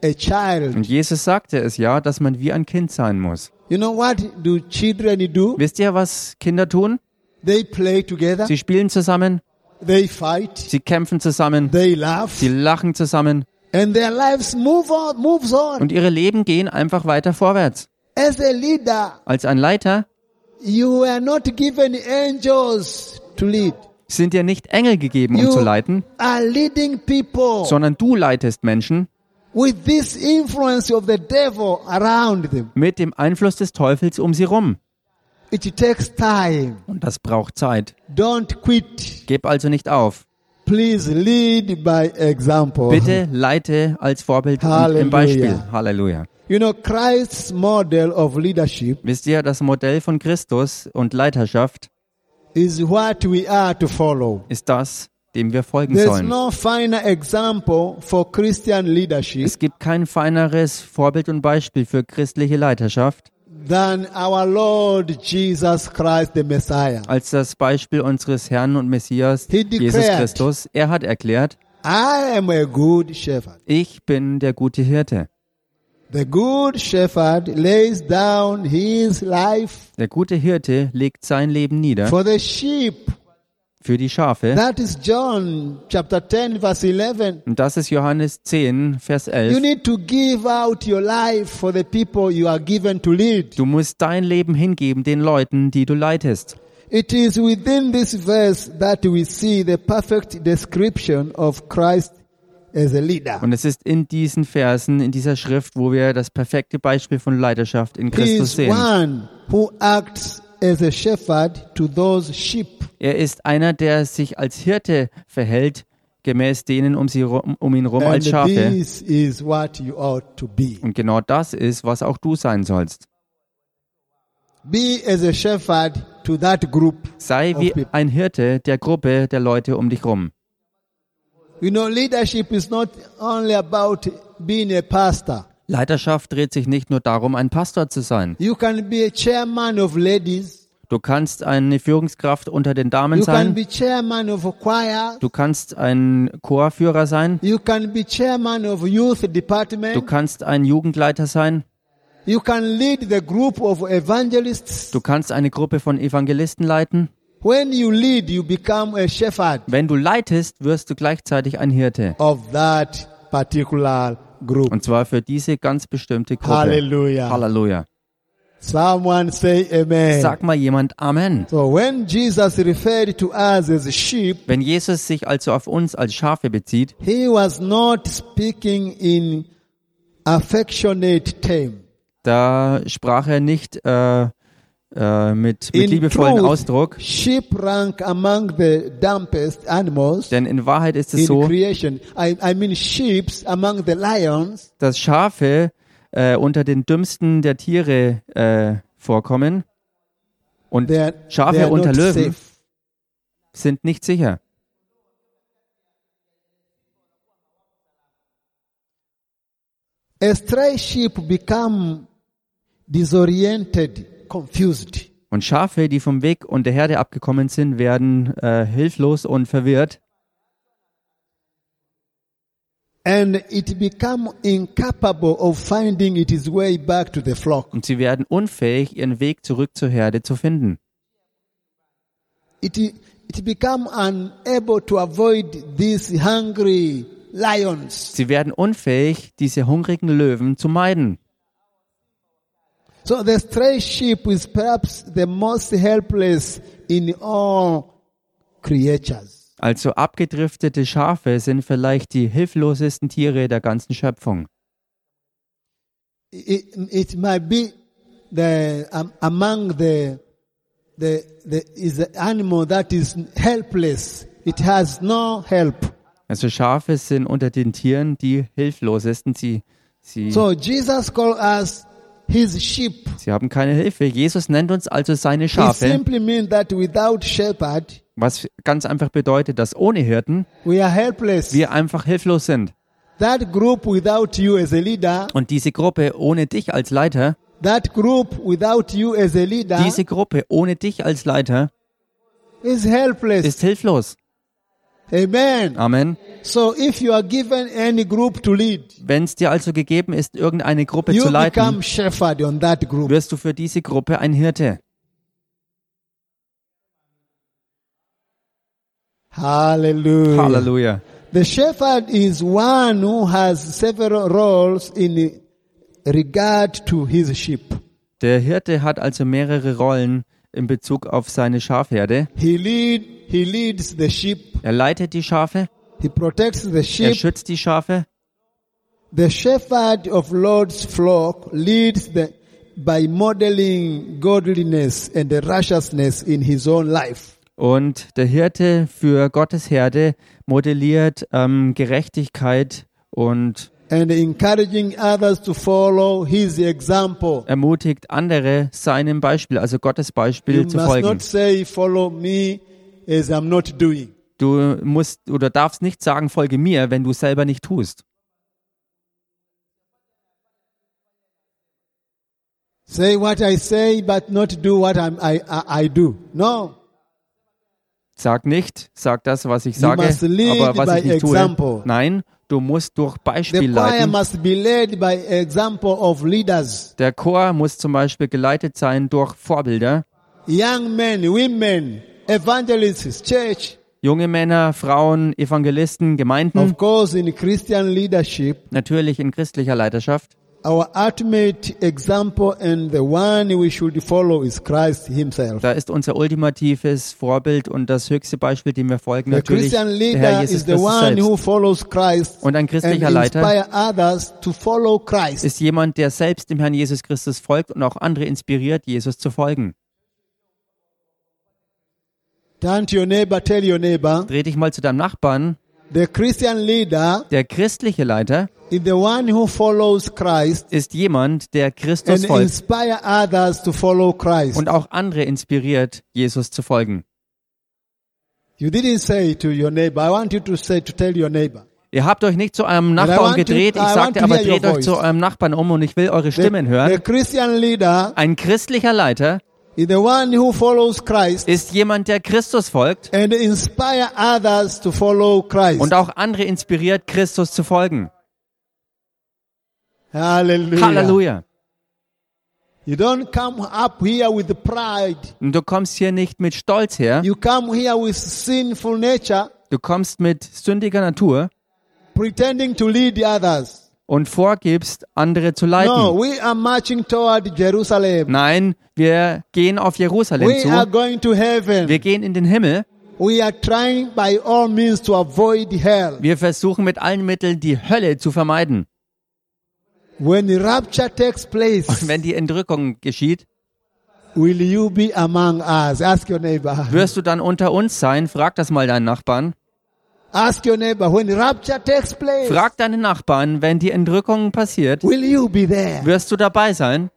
[SPEAKER 1] a child.
[SPEAKER 2] Und Jesus sagte es ja, dass man wie ein Kind sein muss.
[SPEAKER 1] You know what do children do?
[SPEAKER 2] Wisst ihr, was Kinder tun?
[SPEAKER 1] They play together.
[SPEAKER 2] Sie spielen zusammen,
[SPEAKER 1] They fight.
[SPEAKER 2] sie kämpfen zusammen,
[SPEAKER 1] They laugh.
[SPEAKER 2] sie lachen zusammen
[SPEAKER 1] And their lives move on, moves on.
[SPEAKER 2] und ihre Leben gehen einfach weiter vorwärts.
[SPEAKER 1] As a leader,
[SPEAKER 2] Als ein Leiter
[SPEAKER 1] you were not given angels to lead.
[SPEAKER 2] sind dir nicht Engel gegeben, um
[SPEAKER 1] You
[SPEAKER 2] zu leiten,
[SPEAKER 1] are leading people
[SPEAKER 2] sondern du leitest Menschen
[SPEAKER 1] with this influence of the devil around them.
[SPEAKER 2] mit dem Einfluss des Teufels um sie rum.
[SPEAKER 1] It takes time.
[SPEAKER 2] Und das braucht Zeit.
[SPEAKER 1] Don't quit.
[SPEAKER 2] Gib also nicht auf.
[SPEAKER 1] Please lead by example.
[SPEAKER 2] Bitte leite als Vorbild und
[SPEAKER 1] Halleluja.
[SPEAKER 2] im Beispiel. Halleluja.
[SPEAKER 1] You know, Christ's model of leadership
[SPEAKER 2] Wisst ihr, das Modell von Christus und Leiterschaft
[SPEAKER 1] is what we are to follow.
[SPEAKER 2] ist das, dem wir folgen
[SPEAKER 1] There's
[SPEAKER 2] sollen.
[SPEAKER 1] no finer example for Christian leadership
[SPEAKER 2] Es gibt kein feineres Vorbild und Beispiel für christliche Leiterschaft
[SPEAKER 1] than our Lord Jesus Christ, the Messiah.
[SPEAKER 2] als das Beispiel unseres Herrn und Messias
[SPEAKER 1] He declared-
[SPEAKER 2] Jesus Christus. Er hat erklärt,
[SPEAKER 1] I am a good shepherd.
[SPEAKER 2] ich bin der gute Hirte.
[SPEAKER 1] The good shepherd lays down his life
[SPEAKER 2] Der gute Hirte legt sein Leben nieder
[SPEAKER 1] for the sheep.
[SPEAKER 2] für die Schafe.
[SPEAKER 1] That is John chapter 10 verse 11.
[SPEAKER 2] Und das ist Johannes 10, Vers
[SPEAKER 1] You
[SPEAKER 2] 11.
[SPEAKER 1] need to give out your life for the people you are given to lead.
[SPEAKER 2] Du musst dein Leben hingeben den Leuten, die du leitest.
[SPEAKER 1] It is within this verse that we see the perfect description of Christ as a leader.
[SPEAKER 2] Und es ist in diesen Versen, in dieser Schrift, wo wir das perfekte Beispiel von Leiterschaft in
[SPEAKER 1] He
[SPEAKER 2] Christus
[SPEAKER 1] is
[SPEAKER 2] sehen.
[SPEAKER 1] one who acts as a shepherd to those sheep.
[SPEAKER 2] Er ist einer, der sich als Hirte verhält, gemäß denen um, sie rum, um ihn rum
[SPEAKER 1] And
[SPEAKER 2] als Schafe.
[SPEAKER 1] this is what you ought to be.
[SPEAKER 2] Und genau das ist, was auch du sein sollst.
[SPEAKER 1] Be as a shepherd to that group.
[SPEAKER 2] Sei wie
[SPEAKER 1] Auf mit-
[SPEAKER 2] ein Hirte der Gruppe der Leute um dich rum.
[SPEAKER 1] You know, leadership is not only about being a pastor.
[SPEAKER 2] Leiterschaft dreht sich nicht nur darum, ein Pastor zu sein.
[SPEAKER 1] You can be a chairman of ladies.
[SPEAKER 2] Du kannst eine Führungskraft unter den Damen
[SPEAKER 1] You can
[SPEAKER 2] sein.
[SPEAKER 1] be chairman of a choir.
[SPEAKER 2] Du kannst ein Chorführer sein.
[SPEAKER 1] You can be chairman of youth
[SPEAKER 2] Du
[SPEAKER 1] department.
[SPEAKER 2] kannst ein Jugendleiter sein.
[SPEAKER 1] You can lead the group of evangelists.
[SPEAKER 2] Du kannst eine Gruppe von Evangelisten leiten.
[SPEAKER 1] When you lead, you become a shepherd
[SPEAKER 2] Wenn du leitest, wirst du gleichzeitig ein Hirte.
[SPEAKER 1] of that particular group.
[SPEAKER 2] Und zwar für diese ganz bestimmte Gruppe.
[SPEAKER 1] Hallelujah.
[SPEAKER 2] Halleluja.
[SPEAKER 1] Someone say amen.
[SPEAKER 2] Sag mal jemand Amen.
[SPEAKER 1] So when Jesus referred to us as sheep,
[SPEAKER 2] Wenn Jesus sich also auf uns als Schafe bezieht,
[SPEAKER 1] he was not speaking in affectionate term.
[SPEAKER 2] da sprach er nicht äh, äh, mit, mit
[SPEAKER 1] In
[SPEAKER 2] liebevollen
[SPEAKER 1] truth,
[SPEAKER 2] Ausdruck,
[SPEAKER 1] sheep rank among the dumbest animals
[SPEAKER 2] denn in Wahrheit ist es
[SPEAKER 1] in
[SPEAKER 2] so,
[SPEAKER 1] creation. I, I mean sheep among the lions.
[SPEAKER 2] dass Schafe äh, unter den dümmsten der Tiere äh, vorkommen und
[SPEAKER 1] They are,
[SPEAKER 2] Schafe
[SPEAKER 1] they are
[SPEAKER 2] unter
[SPEAKER 1] not
[SPEAKER 2] Löwen
[SPEAKER 1] safe.
[SPEAKER 2] sind nicht sicher.
[SPEAKER 1] A stray sheep become disoriented, confused.
[SPEAKER 2] Und Schafe, die vom Weg und der Herde abgekommen sind, werden äh, hilflos und verwirrt
[SPEAKER 1] and it become incapable of finding its way back to the flock.
[SPEAKER 2] und sie werden unfähig, ihren Weg zurück zur Herde zu finden.
[SPEAKER 1] It, it become unable to avoid these hungry lions.
[SPEAKER 2] Sie werden unfähig, diese hungrigen Löwen zu meiden.
[SPEAKER 1] So the stray sheep is perhaps the most helpless in all creatures.
[SPEAKER 2] Also abgedriftete Schafe sind vielleicht die hilflosesten Tiere der ganzen Schöpfung.
[SPEAKER 1] It, it might be the, um, among the, the, the, is the animal that is helpless. It has no help.
[SPEAKER 2] Also Schafe sind unter den Tieren die hilflosesten. Sie, sie,
[SPEAKER 1] So Jesus called us his sheep.
[SPEAKER 2] sie haben keine Hilfe. Jesus nennt uns also seine
[SPEAKER 1] It
[SPEAKER 2] Schafe,
[SPEAKER 1] simply means that without shepherd,
[SPEAKER 2] was ganz einfach bedeutet, dass ohne Hirten
[SPEAKER 1] we are helpless.
[SPEAKER 2] wir einfach hilflos sind.
[SPEAKER 1] That group without you as a leader,
[SPEAKER 2] Und diese Gruppe ohne dich als Leiter,
[SPEAKER 1] that group without you as a leader
[SPEAKER 2] diese Gruppe ohne dich als Leiter
[SPEAKER 1] is helpless.
[SPEAKER 2] ist hilflos.
[SPEAKER 1] Amen.
[SPEAKER 2] Amen.
[SPEAKER 1] So if you are given any group to lead,
[SPEAKER 2] Wenn es dir also gegeben ist, irgendeine Gruppe
[SPEAKER 1] you
[SPEAKER 2] zu leiten,
[SPEAKER 1] become shepherd on that group.
[SPEAKER 2] wirst du für diese Gruppe ein Hirte.
[SPEAKER 1] Hallelujah.
[SPEAKER 2] Halleluja.
[SPEAKER 1] The shepherd is one who has several roles in regard to his sheep.
[SPEAKER 2] Der Hirte hat also mehrere Rollen in Bezug auf seine Schafherde.
[SPEAKER 1] He lead, he leads the sheep.
[SPEAKER 2] Er leitet die Schafe,
[SPEAKER 1] He protects the
[SPEAKER 2] er
[SPEAKER 1] sheep.
[SPEAKER 2] schützt die Schafe.
[SPEAKER 1] The shepherd of Lord's flock leads the, by modeling godliness and righteousness in his own life.
[SPEAKER 2] Und der Hirte für Gottes Herde modelliert ähm, Gerechtigkeit und
[SPEAKER 1] And encouraging others to follow his example.
[SPEAKER 2] ermutigt andere, seinem Beispiel, also Gottes Beispiel
[SPEAKER 1] You
[SPEAKER 2] zu
[SPEAKER 1] must
[SPEAKER 2] folgen.
[SPEAKER 1] not say, follow me as I'm not doing.
[SPEAKER 2] Du musst oder darfst nicht sagen, folge mir, wenn du es selber nicht tust.
[SPEAKER 1] Say what I say, but not do what I'm, I, I, I do. No.
[SPEAKER 2] Sag nicht, sag das, was ich sage,
[SPEAKER 1] must lead
[SPEAKER 2] aber was
[SPEAKER 1] by
[SPEAKER 2] ich nicht
[SPEAKER 1] example.
[SPEAKER 2] tue. Nein, du musst durch
[SPEAKER 1] The
[SPEAKER 2] Beispiel
[SPEAKER 1] choir
[SPEAKER 2] leiten.
[SPEAKER 1] must be led by example of leaders.
[SPEAKER 2] Der Chor muss zum Beispiel geleitet sein durch Vorbilder,
[SPEAKER 1] Young men, women, evangelists, church.
[SPEAKER 2] junge Männer, Frauen, Evangelisten, Gemeinden,
[SPEAKER 1] Of course, in Christian leadership,
[SPEAKER 2] natürlich in christlicher Leiterschaft.
[SPEAKER 1] Our ultimate example and the one we should follow is Christ Himself.
[SPEAKER 2] Da ist unser ultimatives Vorbild und das höchste Beispiel, dem wir folgen,
[SPEAKER 1] The
[SPEAKER 2] natürlich
[SPEAKER 1] Christian
[SPEAKER 2] der
[SPEAKER 1] leader
[SPEAKER 2] Herr Jesus
[SPEAKER 1] is the
[SPEAKER 2] Christus
[SPEAKER 1] one who
[SPEAKER 2] selbst.
[SPEAKER 1] follows Christ
[SPEAKER 2] Und ein
[SPEAKER 1] and
[SPEAKER 2] christlicher Leiter
[SPEAKER 1] inspire others to follow Christ.
[SPEAKER 2] ist jemand, der selbst dem Herrn Jesus Christus folgt und auch andere inspiriert, Jesus zu folgen.
[SPEAKER 1] Turn to your neighbor, tell your neighbor,
[SPEAKER 2] Dreh dich mal zu deinem Nachbarn.
[SPEAKER 1] the Christian leader
[SPEAKER 2] Der christliche Leiter
[SPEAKER 1] is the one who follows Christ
[SPEAKER 2] ist jemand, der Christus
[SPEAKER 1] and
[SPEAKER 2] folgt
[SPEAKER 1] inspire others to follow Christ.
[SPEAKER 2] und auch andere inspiriert, Jesus zu folgen.
[SPEAKER 1] You didn't say to your neighbor. I want you to say to tell your neighbor.
[SPEAKER 2] Ihr habt euch nicht zu eurem
[SPEAKER 1] I
[SPEAKER 2] Nachbarn
[SPEAKER 1] want to-
[SPEAKER 2] gedreht, ich
[SPEAKER 1] I want
[SPEAKER 2] sagte
[SPEAKER 1] to
[SPEAKER 2] aber,
[SPEAKER 1] hear your
[SPEAKER 2] dreht euch zu
[SPEAKER 1] voice.
[SPEAKER 2] eurem Nachbarn um und ich will eure
[SPEAKER 1] The,
[SPEAKER 2] Stimmen hören.
[SPEAKER 1] the Christian leader
[SPEAKER 2] Ein christlicher Leiter
[SPEAKER 1] is the one who follows Christ
[SPEAKER 2] ist jemand, der Christus folgt
[SPEAKER 1] and inspire others to follow Christ.
[SPEAKER 2] und auch andere inspiriert, Christus zu folgen.
[SPEAKER 1] Hallelujah.
[SPEAKER 2] Halleluja.
[SPEAKER 1] You don't come up here with pride.
[SPEAKER 2] Und du kommst hier nicht mit Stolz her,
[SPEAKER 1] You come here with sinful nature,
[SPEAKER 2] du kommst mit sündiger Natur,
[SPEAKER 1] pretending to lead others.
[SPEAKER 2] und vorgibst, andere zu
[SPEAKER 1] No,
[SPEAKER 2] leiten.
[SPEAKER 1] we are marching toward Jerusalem.
[SPEAKER 2] Nein, wir gehen auf Jerusalem
[SPEAKER 1] We are
[SPEAKER 2] zu.
[SPEAKER 1] going to heaven.
[SPEAKER 2] Wir gehen in den Himmel.
[SPEAKER 1] We are trying by all means to avoid hell.
[SPEAKER 2] Wir versuchen mit allen Mitteln, die Hölle zu vermeiden.
[SPEAKER 1] When the rapture takes place,
[SPEAKER 2] Und wenn die Entrückung geschieht,
[SPEAKER 1] will you be among us? Ask your neighbor.
[SPEAKER 2] wirst du dann unter uns sein? Frag das mal deinen Nachbarn.
[SPEAKER 1] Ask your neighbor. When the rapture takes place,
[SPEAKER 2] Frag deinen Nachbarn, wenn die Entrückung passiert,
[SPEAKER 1] will you be there?
[SPEAKER 2] wirst du dabei sein?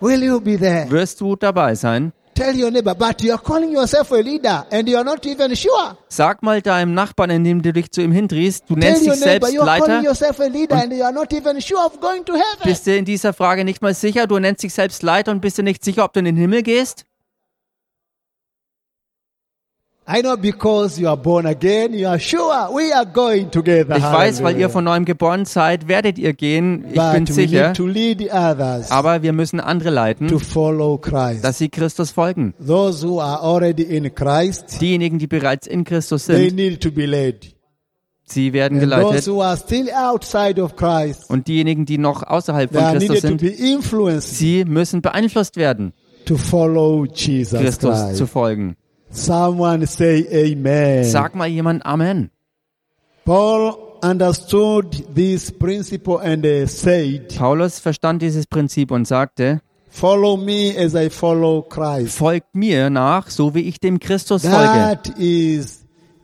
[SPEAKER 1] Will you be there?
[SPEAKER 2] Wirst du dabei sein?
[SPEAKER 1] Tell your neighbor, but you are calling yourself a leader and you are not even sure.
[SPEAKER 2] Sag mal deinem Nachbarn, indem du dich zu ihm hindriehst, du
[SPEAKER 1] Tell
[SPEAKER 2] nennst
[SPEAKER 1] your
[SPEAKER 2] dich
[SPEAKER 1] neighbor,
[SPEAKER 2] selbst
[SPEAKER 1] you are calling
[SPEAKER 2] Leiter,
[SPEAKER 1] yourself a leader and you are not even sure of going to heaven.
[SPEAKER 2] bist dir in dieser Frage nicht mal sicher, du nennst dich selbst Leiter und bist dir nicht sicher, ob du in den Himmel gehst?
[SPEAKER 1] I know because you are born again, you are sure we are going together.
[SPEAKER 2] Ich weiß, weil ihr von neuem geboren seid, werdet ihr gehen, ich
[SPEAKER 1] But
[SPEAKER 2] bin
[SPEAKER 1] we
[SPEAKER 2] sicher,
[SPEAKER 1] need to lead others
[SPEAKER 2] aber wir müssen andere
[SPEAKER 1] to
[SPEAKER 2] leiten,
[SPEAKER 1] follow Christ.
[SPEAKER 2] dass sie Christus folgen.
[SPEAKER 1] Those who are already in Christ,
[SPEAKER 2] Diejenigen, die bereits in Christus
[SPEAKER 1] they
[SPEAKER 2] sind,
[SPEAKER 1] need to be led.
[SPEAKER 2] sie werden
[SPEAKER 1] And those
[SPEAKER 2] geleitet
[SPEAKER 1] who are still outside of Christ,
[SPEAKER 2] und diejenigen, die noch außerhalb
[SPEAKER 1] they
[SPEAKER 2] von
[SPEAKER 1] are
[SPEAKER 2] Christus
[SPEAKER 1] needed to
[SPEAKER 2] sind,
[SPEAKER 1] be influenced
[SPEAKER 2] sie müssen beeinflusst werden,
[SPEAKER 1] to follow Jesus
[SPEAKER 2] Christus
[SPEAKER 1] Christ.
[SPEAKER 2] zu folgen.
[SPEAKER 1] Someone say amen.
[SPEAKER 2] Sag mal jemand Amen.
[SPEAKER 1] Paul understood this principle and uh, said,
[SPEAKER 2] Paulus verstand dieses Prinzip und sagte,
[SPEAKER 1] follow me as I follow Christ.
[SPEAKER 2] folgt mir nach, so wie ich dem Christus folge.
[SPEAKER 1] That is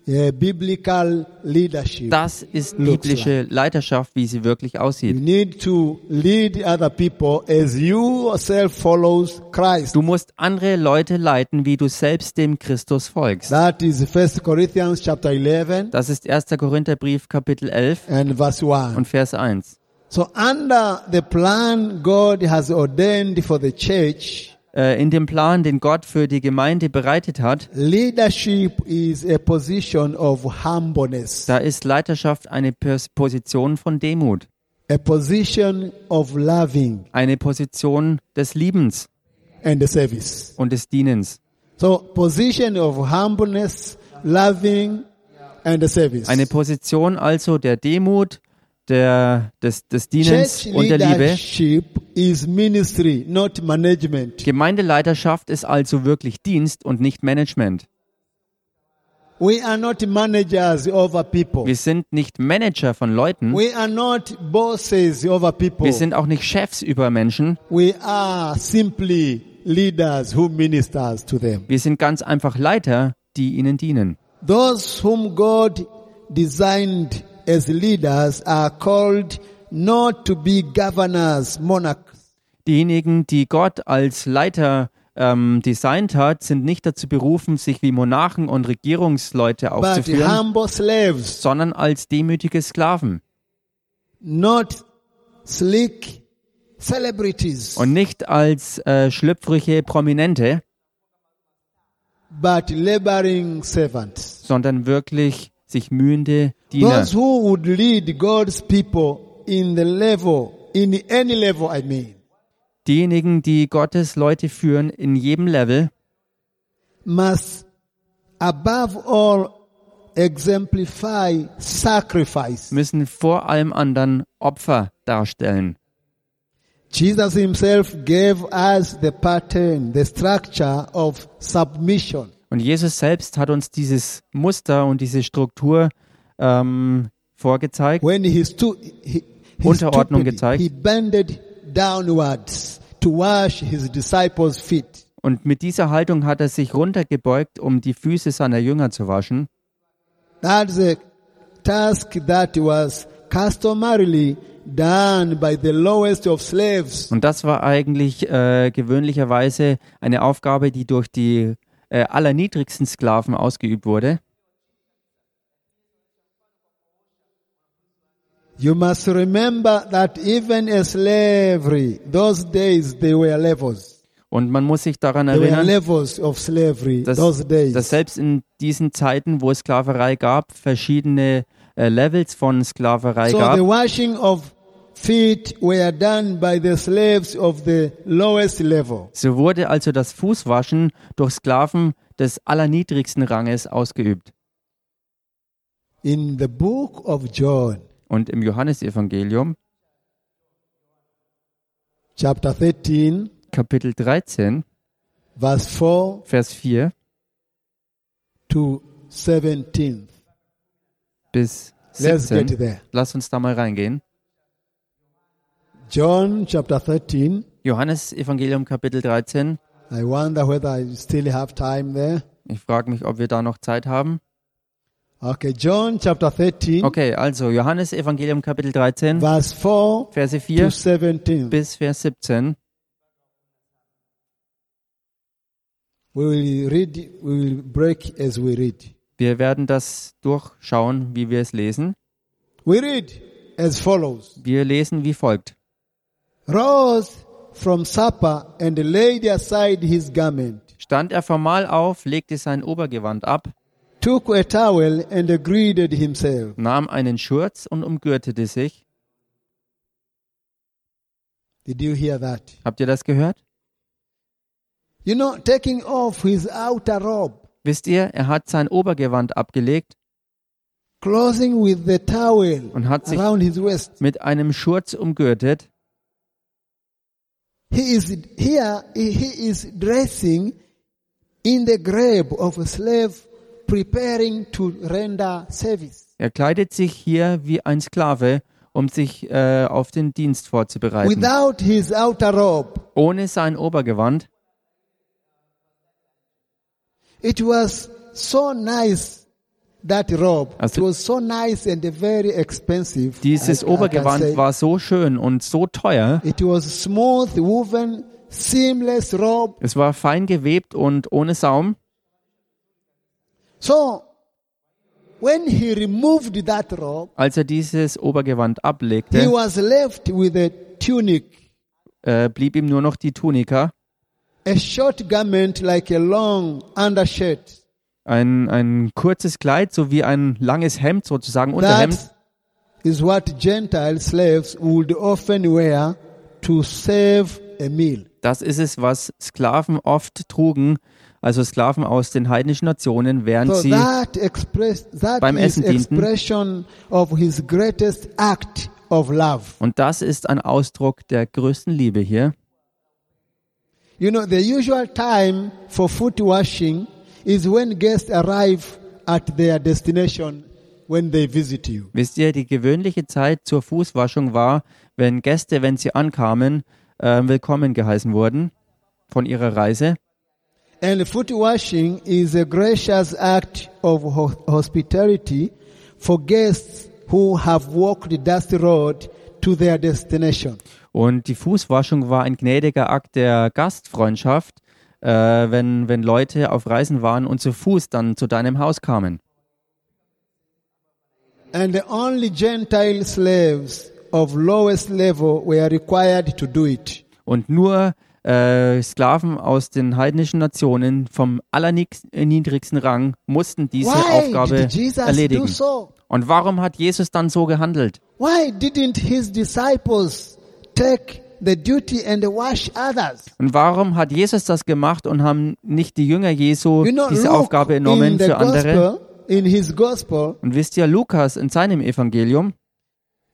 [SPEAKER 1] uh, biblical leadership.
[SPEAKER 2] Das ist
[SPEAKER 1] Looks
[SPEAKER 2] biblische Leiterschaft, wie sie wirklich
[SPEAKER 1] you
[SPEAKER 2] aussieht.
[SPEAKER 1] need to lead other people as you yourself follows Christ.
[SPEAKER 2] Du musst andere Leute leiten, wie du selbst dem Christus folgst.
[SPEAKER 1] That is First Corinthians chapter 11
[SPEAKER 2] Das ist 1. Korintherbrief Kapitel 11
[SPEAKER 1] and verse 1.
[SPEAKER 2] und Vers 1.
[SPEAKER 1] So under the plan God has ordained for the church,
[SPEAKER 2] Äh, In dem Plan, den Gott für die Gemeinde bereitet hat,
[SPEAKER 1] leadership is a position of humbleness.
[SPEAKER 2] da ist Leiterschaft eine Pers- Position von Demut,
[SPEAKER 1] a position of loving
[SPEAKER 2] eine Position des Liebens
[SPEAKER 1] and service.
[SPEAKER 2] und des Dienens,
[SPEAKER 1] So, position of humbleness, loving, and service.
[SPEAKER 2] eine Position also der Demut, der, des, des Dienens
[SPEAKER 1] Church
[SPEAKER 2] und der Liebe.
[SPEAKER 1] leadership is ministry, not management.
[SPEAKER 2] Gemeindeleiterschaft ist also wirklich Dienst und nicht Management.
[SPEAKER 1] We are not managers over people.
[SPEAKER 2] Wir sind nicht Manager von Leuten.
[SPEAKER 1] We are not bosses over people.
[SPEAKER 2] Wir sind auch nicht Chefs über Menschen.
[SPEAKER 1] We are simply leaders who ministers to them.
[SPEAKER 2] Wir sind ganz einfach Leiter, die ihnen dienen.
[SPEAKER 1] Those whom God designed as leaders are called not to be governors, monarchs.
[SPEAKER 2] Diejenigen, die Gott als Leiter ähm, designt hat, sind nicht dazu berufen, sich wie Monarchen und Regierungsleute
[SPEAKER 1] but
[SPEAKER 2] aufzuführen,
[SPEAKER 1] humble slaves,
[SPEAKER 2] sondern als demütige Sklaven
[SPEAKER 1] not slick celebrities,
[SPEAKER 2] und nicht als äh, schlüpfrige Prominente,
[SPEAKER 1] but laboring servants.
[SPEAKER 2] sondern wirklich sich mühende Diener.
[SPEAKER 1] Those who would lead God's people in the level, in any level, I mean.
[SPEAKER 2] Diejenigen, die Gottes Leute führen in jedem Level,
[SPEAKER 1] must above all exemplify sacrifice.
[SPEAKER 2] müssen vor allem anderen Opfer darstellen.
[SPEAKER 1] Jesus himself gave us the pattern, the structure of submission.
[SPEAKER 2] Und Jesus selbst hat uns dieses Muster und diese Struktur ähm, vorgezeigt.
[SPEAKER 1] When he stood, he, he,
[SPEAKER 2] Unterordnung
[SPEAKER 1] stooped,
[SPEAKER 2] gezeigt.
[SPEAKER 1] he bended downwards to wash his disciples' feet.
[SPEAKER 2] Und mit dieser Haltung hat er sich runtergebeugt, um die Füße seiner Jünger zu waschen.
[SPEAKER 1] That's a task that was customarily done by the lowest of slaves.
[SPEAKER 2] Und das war eigentlich äh, gewöhnlicherweise eine Aufgabe, die durch die äh, allerniedrigsten Sklaven ausgeübt wurde.
[SPEAKER 1] You must remember that even in slavery, those days they were levels.
[SPEAKER 2] Und man muss sich daran
[SPEAKER 1] There were
[SPEAKER 2] erinnern,
[SPEAKER 1] levels of slavery
[SPEAKER 2] dass,
[SPEAKER 1] those
[SPEAKER 2] dass
[SPEAKER 1] days.
[SPEAKER 2] selbst in diesen Zeiten, wo es Sklaverei gab, verschiedene äh, Levels von Sklaverei
[SPEAKER 1] So the
[SPEAKER 2] gab.
[SPEAKER 1] washing of feet were done by the slaves of the lowest level.
[SPEAKER 2] So wurde also das Fußwaschen durch Sklaven des allerniedrigsten Ranges ausgeübt.
[SPEAKER 1] In the book of John,
[SPEAKER 2] Und im Johannesevangelium
[SPEAKER 1] chapter 13,
[SPEAKER 2] Kapitel 13,
[SPEAKER 1] verse 4
[SPEAKER 2] Vers 4
[SPEAKER 1] to 17.
[SPEAKER 2] bis
[SPEAKER 1] Let's
[SPEAKER 2] 17.
[SPEAKER 1] get there.
[SPEAKER 2] Lass uns da mal reingehen.
[SPEAKER 1] John chapter 13.
[SPEAKER 2] Johannes Evangelium Kapitel 13.
[SPEAKER 1] I wonder whether I still have time there.
[SPEAKER 2] Ich frage mich, ob wir da noch Zeit haben.
[SPEAKER 1] Okay, John chapter 13,
[SPEAKER 2] Okay, also Johannes Evangelium Kapitel 13,
[SPEAKER 1] verse 4
[SPEAKER 2] Verse
[SPEAKER 1] to
[SPEAKER 2] 4
[SPEAKER 1] 17.
[SPEAKER 2] bis Vers 17.
[SPEAKER 1] We will read, we will break as we read.
[SPEAKER 2] Wir werden das durchschauen, wie wir es lesen.
[SPEAKER 1] We read as follows
[SPEAKER 2] Wir lesen wie folgt.
[SPEAKER 1] Rose from supper and laid aside his garment,
[SPEAKER 2] Stand er formal auf, legte sein Obergewand ab,
[SPEAKER 1] took a towel and girded himself.
[SPEAKER 2] nahm einen Schurz und umgürtete sich.
[SPEAKER 1] Did you hear that?
[SPEAKER 2] Habt ihr das gehört?
[SPEAKER 1] You know, taking off his outer robe,
[SPEAKER 2] Wisst ihr, er hat sein Obergewand abgelegt
[SPEAKER 1] closing with the towel
[SPEAKER 2] und hat sich
[SPEAKER 1] around his waist.
[SPEAKER 2] mit einem Schurz umgürtet.
[SPEAKER 1] He is here, he he is dressing in the grave of a slave, preparing to render service.
[SPEAKER 2] Er kleidet sich hier wie ein Sklave, um sich äh, auf den Dienst vorzubereiten.
[SPEAKER 1] Without his outer robe,
[SPEAKER 2] Ohne sein Obergewand.
[SPEAKER 1] it was so nice, that robe.
[SPEAKER 2] Also-
[SPEAKER 1] it was so nice and very expensive.
[SPEAKER 2] Dieses
[SPEAKER 1] I- I can say.
[SPEAKER 2] Obergewand war so schön und so teuer.
[SPEAKER 1] It was smooth, woven, seamless robe.
[SPEAKER 2] Es war fein gewebt und ohne Saum.
[SPEAKER 1] So, when he removed that robe,
[SPEAKER 2] Als er dieses Obergewand
[SPEAKER 1] he
[SPEAKER 2] ablegte,
[SPEAKER 1] was left with a tunic,
[SPEAKER 2] äh, blieb ihm nur noch die Tunika,
[SPEAKER 1] a short garment like a long undershirt.
[SPEAKER 2] ein, ein kurzes Kleid sowie ein langes Hemd sozusagen, Unterhemd.
[SPEAKER 1] That is what Gentile slaves would often wear to serve a meal.
[SPEAKER 2] Das ist es, was Sklaven oft trugen, also Sklaven aus den heidnischen Nationen, während
[SPEAKER 1] So
[SPEAKER 2] sie
[SPEAKER 1] that express that
[SPEAKER 2] beim
[SPEAKER 1] is
[SPEAKER 2] Essen dienten.
[SPEAKER 1] expression of his greatest act of love.
[SPEAKER 2] Und das ist ein Ausdruck der größten Liebe hier.
[SPEAKER 1] You know, the usual time for foot washing is when guests arrive at their destination when they visit you.
[SPEAKER 2] Wisst ihr, die gewöhnliche Zeit zur Fußwaschung war, wenn Gäste, wenn sie ankamen, äh, willkommen geheißen wurden von ihrer Reise.
[SPEAKER 1] And foot washing is a gracious act of ho- hospitality for guests who have walked the dusty road to their destination.
[SPEAKER 2] Und die Fußwaschung war ein gnädiger Akt der Gastfreundschaft, äh, wenn, wenn Leute auf Reisen waren und zu Fuß dann zu deinem Haus kamen.
[SPEAKER 1] And only Gentile slaves of lowest level were required to do it.
[SPEAKER 2] Und nur äh, Sklaven aus den heidnischen Nationen vom allerniedrigsten Rang mussten diese
[SPEAKER 1] Why
[SPEAKER 2] Aufgabe
[SPEAKER 1] did Jesus do
[SPEAKER 2] erledigen.
[SPEAKER 1] so?
[SPEAKER 2] Und warum hat Jesus dann so gehandelt?
[SPEAKER 1] Why didn't his disciples take the duty and wash others?
[SPEAKER 2] Und warum hat Jesus das gemacht und haben nicht die Jünger Jesu
[SPEAKER 1] You know,
[SPEAKER 2] diese
[SPEAKER 1] Luke
[SPEAKER 2] Aufgabe
[SPEAKER 1] in
[SPEAKER 2] genommen
[SPEAKER 1] the
[SPEAKER 2] für andere?
[SPEAKER 1] gospel, in his gospel,
[SPEAKER 2] Und wisst ihr, Lukas in seinem Evangelium,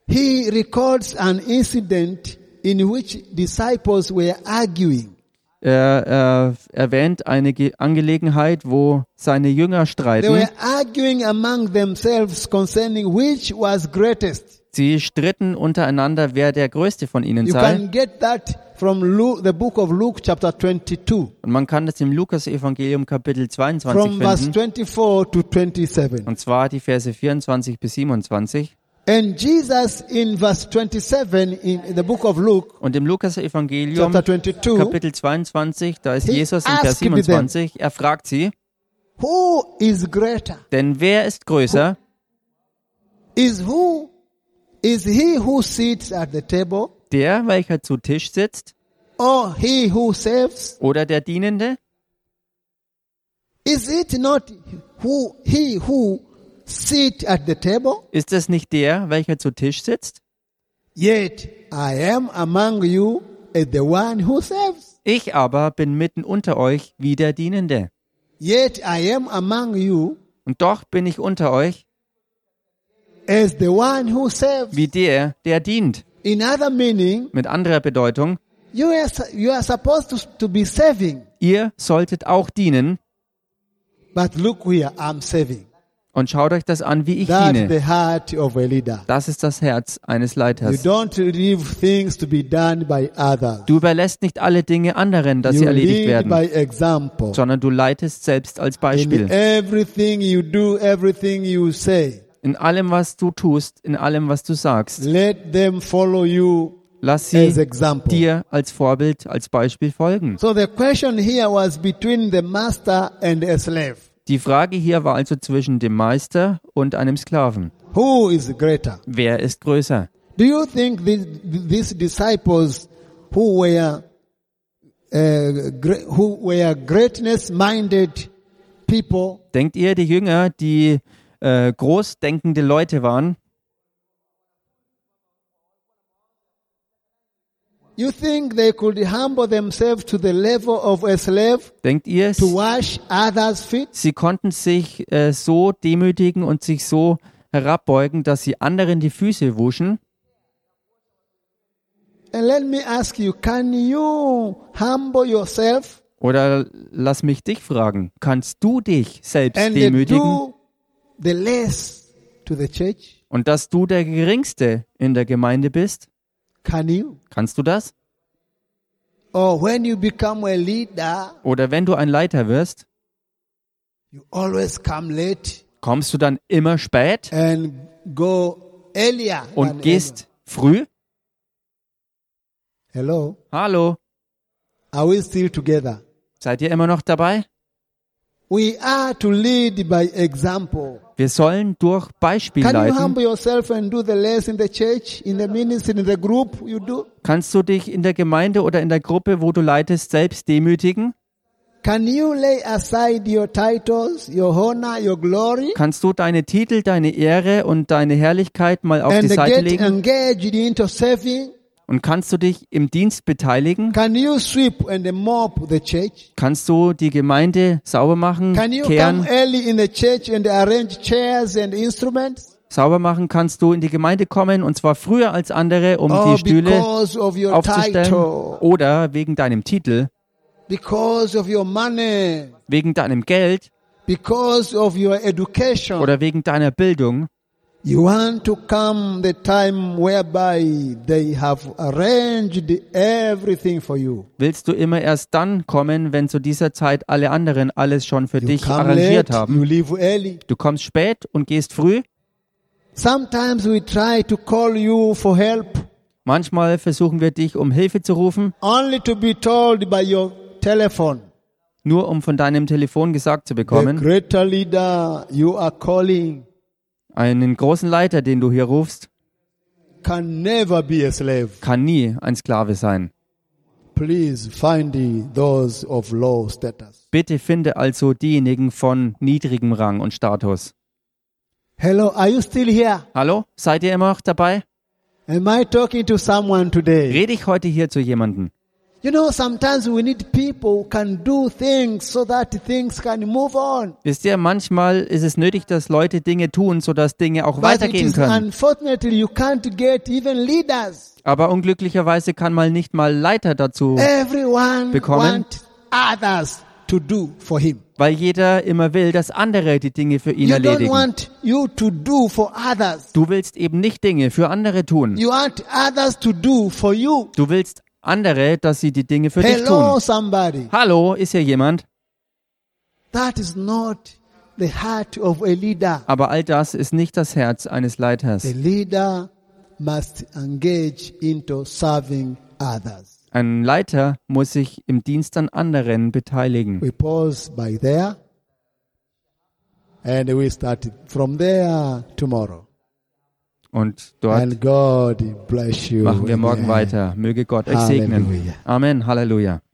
[SPEAKER 1] he records an incident in which disciples were arguing.
[SPEAKER 2] er, er erwähnt eine Ge Angelegenheit, wo seine Jünger
[SPEAKER 1] They
[SPEAKER 2] streiten.
[SPEAKER 1] were arguing among themselves concerning which was greatest.
[SPEAKER 2] Sie stritten untereinander, wer der Größte von ihnen
[SPEAKER 1] You
[SPEAKER 2] sei.
[SPEAKER 1] can get that from Luke, the book of Luke, chapter 22,
[SPEAKER 2] Und man kann das im Lukas-Evangelium Kapitel 22
[SPEAKER 1] from verse
[SPEAKER 2] finden.
[SPEAKER 1] 24 to 27.
[SPEAKER 2] Und zwar die Verse 24 bis 27.
[SPEAKER 1] And Jesus, in verse 27, in the book of Luke,
[SPEAKER 2] Und im Lukas-Evangelium
[SPEAKER 1] chapter 22,
[SPEAKER 2] Kapitel 22, da ist
[SPEAKER 1] He
[SPEAKER 2] Jesus in Vers
[SPEAKER 1] asked them.
[SPEAKER 2] 27, er fragt sie,
[SPEAKER 1] who is greater?
[SPEAKER 2] denn wer ist größer?
[SPEAKER 1] Is who? Is he who sits at the table
[SPEAKER 2] Der, welcher zu Tisch sitzt,
[SPEAKER 1] or he who serves?
[SPEAKER 2] oder der Dienende?
[SPEAKER 1] Is it not who he who sit at the table?
[SPEAKER 2] Ist es nicht der, welcher zu Tisch sitzt?
[SPEAKER 1] Yet I am among you as the one who serves.
[SPEAKER 2] Ich aber bin mitten unter euch wie der Dienende.
[SPEAKER 1] Yet I am among you
[SPEAKER 2] Und doch bin ich unter euch
[SPEAKER 1] as the one who serves.
[SPEAKER 2] wie der, der dient.
[SPEAKER 1] In other meaning,
[SPEAKER 2] Mit anderer Bedeutung,
[SPEAKER 1] You are, su- you are supposed to, to be saving.
[SPEAKER 2] Ihr solltet auch dienen
[SPEAKER 1] But look here, I'm saving.
[SPEAKER 2] und schaut euch das an, wie ich
[SPEAKER 1] That's
[SPEAKER 2] diene.
[SPEAKER 1] the heart of a leader.
[SPEAKER 2] Das ist das Herz eines
[SPEAKER 1] You
[SPEAKER 2] Leiters.
[SPEAKER 1] don't leave things to be done by others.
[SPEAKER 2] Du überlässt nicht alle Dinge anderen, dass sie
[SPEAKER 1] You
[SPEAKER 2] erledigt
[SPEAKER 1] lead by
[SPEAKER 2] werden,
[SPEAKER 1] example.
[SPEAKER 2] sondern du leitest selbst als
[SPEAKER 1] In
[SPEAKER 2] Beispiel.
[SPEAKER 1] everything you do, everything you say,
[SPEAKER 2] In allem, was du tust, in allem, was du sagst,
[SPEAKER 1] let them follow you
[SPEAKER 2] lass
[SPEAKER 1] as
[SPEAKER 2] sie
[SPEAKER 1] example.
[SPEAKER 2] dir als Vorbild, als Beispiel folgen.
[SPEAKER 1] So the question here was between the master and a slave.
[SPEAKER 2] Die Frage hier war also zwischen dem Meister und einem Sklaven.
[SPEAKER 1] Who is greater?
[SPEAKER 2] Wer ist größer?
[SPEAKER 1] Do you think these, these disciples who were uh, gre- who were greatness minded people
[SPEAKER 2] Denkt ihr, die Jünger, die äh, großdenkende Leute waren,
[SPEAKER 1] you think they could humble themselves to the level of a slave
[SPEAKER 2] denkt ihr,
[SPEAKER 1] to
[SPEAKER 2] s-
[SPEAKER 1] wash others feet
[SPEAKER 2] sie konnten sich äh, so demütigen und sich so herabbeugen, dass sie anderen die Füße wuschen?
[SPEAKER 1] and let me ask you can you humble yourself
[SPEAKER 2] Oder lass mich dich fragen, kannst du dich selbst
[SPEAKER 1] and
[SPEAKER 2] demütigen
[SPEAKER 1] do the less to the church
[SPEAKER 2] und dass du der Geringste in der Gemeinde bist?
[SPEAKER 1] can you
[SPEAKER 2] Kannst du das?
[SPEAKER 1] or when you become a leader
[SPEAKER 2] Oder wenn du ein Leiter wirst,
[SPEAKER 1] you always come late
[SPEAKER 2] kommst du dann immer spät
[SPEAKER 1] Äh, and go earlier than
[SPEAKER 2] und gehst früh?
[SPEAKER 1] ever. Hello,
[SPEAKER 2] Hallo,
[SPEAKER 1] are we still together?
[SPEAKER 2] seid ihr immer noch dabei?
[SPEAKER 1] We are to lead by example.
[SPEAKER 2] Wir sollen durch Beispiel
[SPEAKER 1] Can you
[SPEAKER 2] leiten.
[SPEAKER 1] humble yourself and do the less in the church, in the ministry, in the group you do?
[SPEAKER 2] Kannst du dich in der Gemeinde oder in der Gruppe, wo du leitest, selbst demütigen?
[SPEAKER 1] Can you lay aside your titles, your honor, your glory,
[SPEAKER 2] Kannst du deine Titel, deine Ehre und deine Herrlichkeit mal auf die
[SPEAKER 1] and uh,
[SPEAKER 2] Seite
[SPEAKER 1] get
[SPEAKER 2] legen?
[SPEAKER 1] engaged into serving?
[SPEAKER 2] Und kannst du dich im Dienst beteiligen?
[SPEAKER 1] Can you sweep and mop the church?
[SPEAKER 2] Kannst du die Gemeinde sauber machen,
[SPEAKER 1] Can you come
[SPEAKER 2] kehren,
[SPEAKER 1] early in the church and arrange chairs and instruments?
[SPEAKER 2] sauber machen? Kannst du in die Gemeinde kommen und zwar früher als andere, um
[SPEAKER 1] Or
[SPEAKER 2] die Stühle
[SPEAKER 1] Oh, because of your
[SPEAKER 2] aufzustellen?
[SPEAKER 1] title?
[SPEAKER 2] Oder wegen deinem Titel,
[SPEAKER 1] because of your money,
[SPEAKER 2] wegen deinem Geld
[SPEAKER 1] because of your education.
[SPEAKER 2] oder wegen deiner Bildung?
[SPEAKER 1] you want to come the time whereby they have arranged everything for you.
[SPEAKER 2] Willst du immer erst dann kommen, wenn zu dieser Zeit alle anderen alles schon für
[SPEAKER 1] You
[SPEAKER 2] dich
[SPEAKER 1] come
[SPEAKER 2] arrangiert
[SPEAKER 1] late,
[SPEAKER 2] haben?
[SPEAKER 1] you leave early.
[SPEAKER 2] Du kommst spät und gehst früh.
[SPEAKER 1] Sometimes we try to call you for help
[SPEAKER 2] Manchmal versuchen wir dich um Hilfe zu rufen,
[SPEAKER 1] only to be told by your telephone.
[SPEAKER 2] nur um von deinem Telefon gesagt zu
[SPEAKER 1] The
[SPEAKER 2] bekommen,
[SPEAKER 1] greater leader you are calling
[SPEAKER 2] einen großen Leiter, den du hier rufst,
[SPEAKER 1] can never be a slave.
[SPEAKER 2] kann nie ein Sklave sein.
[SPEAKER 1] Please find the- those of low status.
[SPEAKER 2] Bitte finde also diejenigen von niedrigem Rang und Status.
[SPEAKER 1] Hello, are you still here?
[SPEAKER 2] Hallo, seid ihr immer noch dabei?
[SPEAKER 1] Am I talking to someone today?
[SPEAKER 2] Rede ich heute hier zu jemandem?
[SPEAKER 1] You know, sometimes we need people who can do things so that things can move on.
[SPEAKER 2] Wisst ihr, manchmal ist es nötig, dass Leute Dinge tun, sodass Dinge auch
[SPEAKER 1] But it
[SPEAKER 2] weitergehen
[SPEAKER 1] is
[SPEAKER 2] können.
[SPEAKER 1] unfortunately you can't get even leaders.
[SPEAKER 2] Aber unglücklicherweise kann mal nicht mal Leiter dazu,
[SPEAKER 1] Äh. Everyone
[SPEAKER 2] Bekommen.
[SPEAKER 1] wants others to do for him.
[SPEAKER 2] weil jeder immer will, dass andere die Dinge für ihn
[SPEAKER 1] You don't
[SPEAKER 2] erledigen.
[SPEAKER 1] want you to do for others.
[SPEAKER 2] Du willst eben nicht Dinge für andere tun.
[SPEAKER 1] You want others to do for you.
[SPEAKER 2] Du willst andere, dass sie die Dinge für dich
[SPEAKER 1] Hello,
[SPEAKER 2] tun.
[SPEAKER 1] somebody.
[SPEAKER 2] Hallo, ist hier jemand?
[SPEAKER 1] That is not the heart of a leader.
[SPEAKER 2] Aber all das ist nicht das Herz eines
[SPEAKER 1] The
[SPEAKER 2] Leiters.
[SPEAKER 1] leader must engage into serving others.
[SPEAKER 2] Ein Leiter muss sich im Dienst an anderen beteiligen.
[SPEAKER 1] We pause by there and we start from there tomorrow.
[SPEAKER 2] Und dort
[SPEAKER 1] And God bless you.
[SPEAKER 2] machen wir morgen
[SPEAKER 1] Amen.
[SPEAKER 2] weiter. Möge Gott euch segnen.
[SPEAKER 1] Halleluja.
[SPEAKER 2] Amen. Halleluja.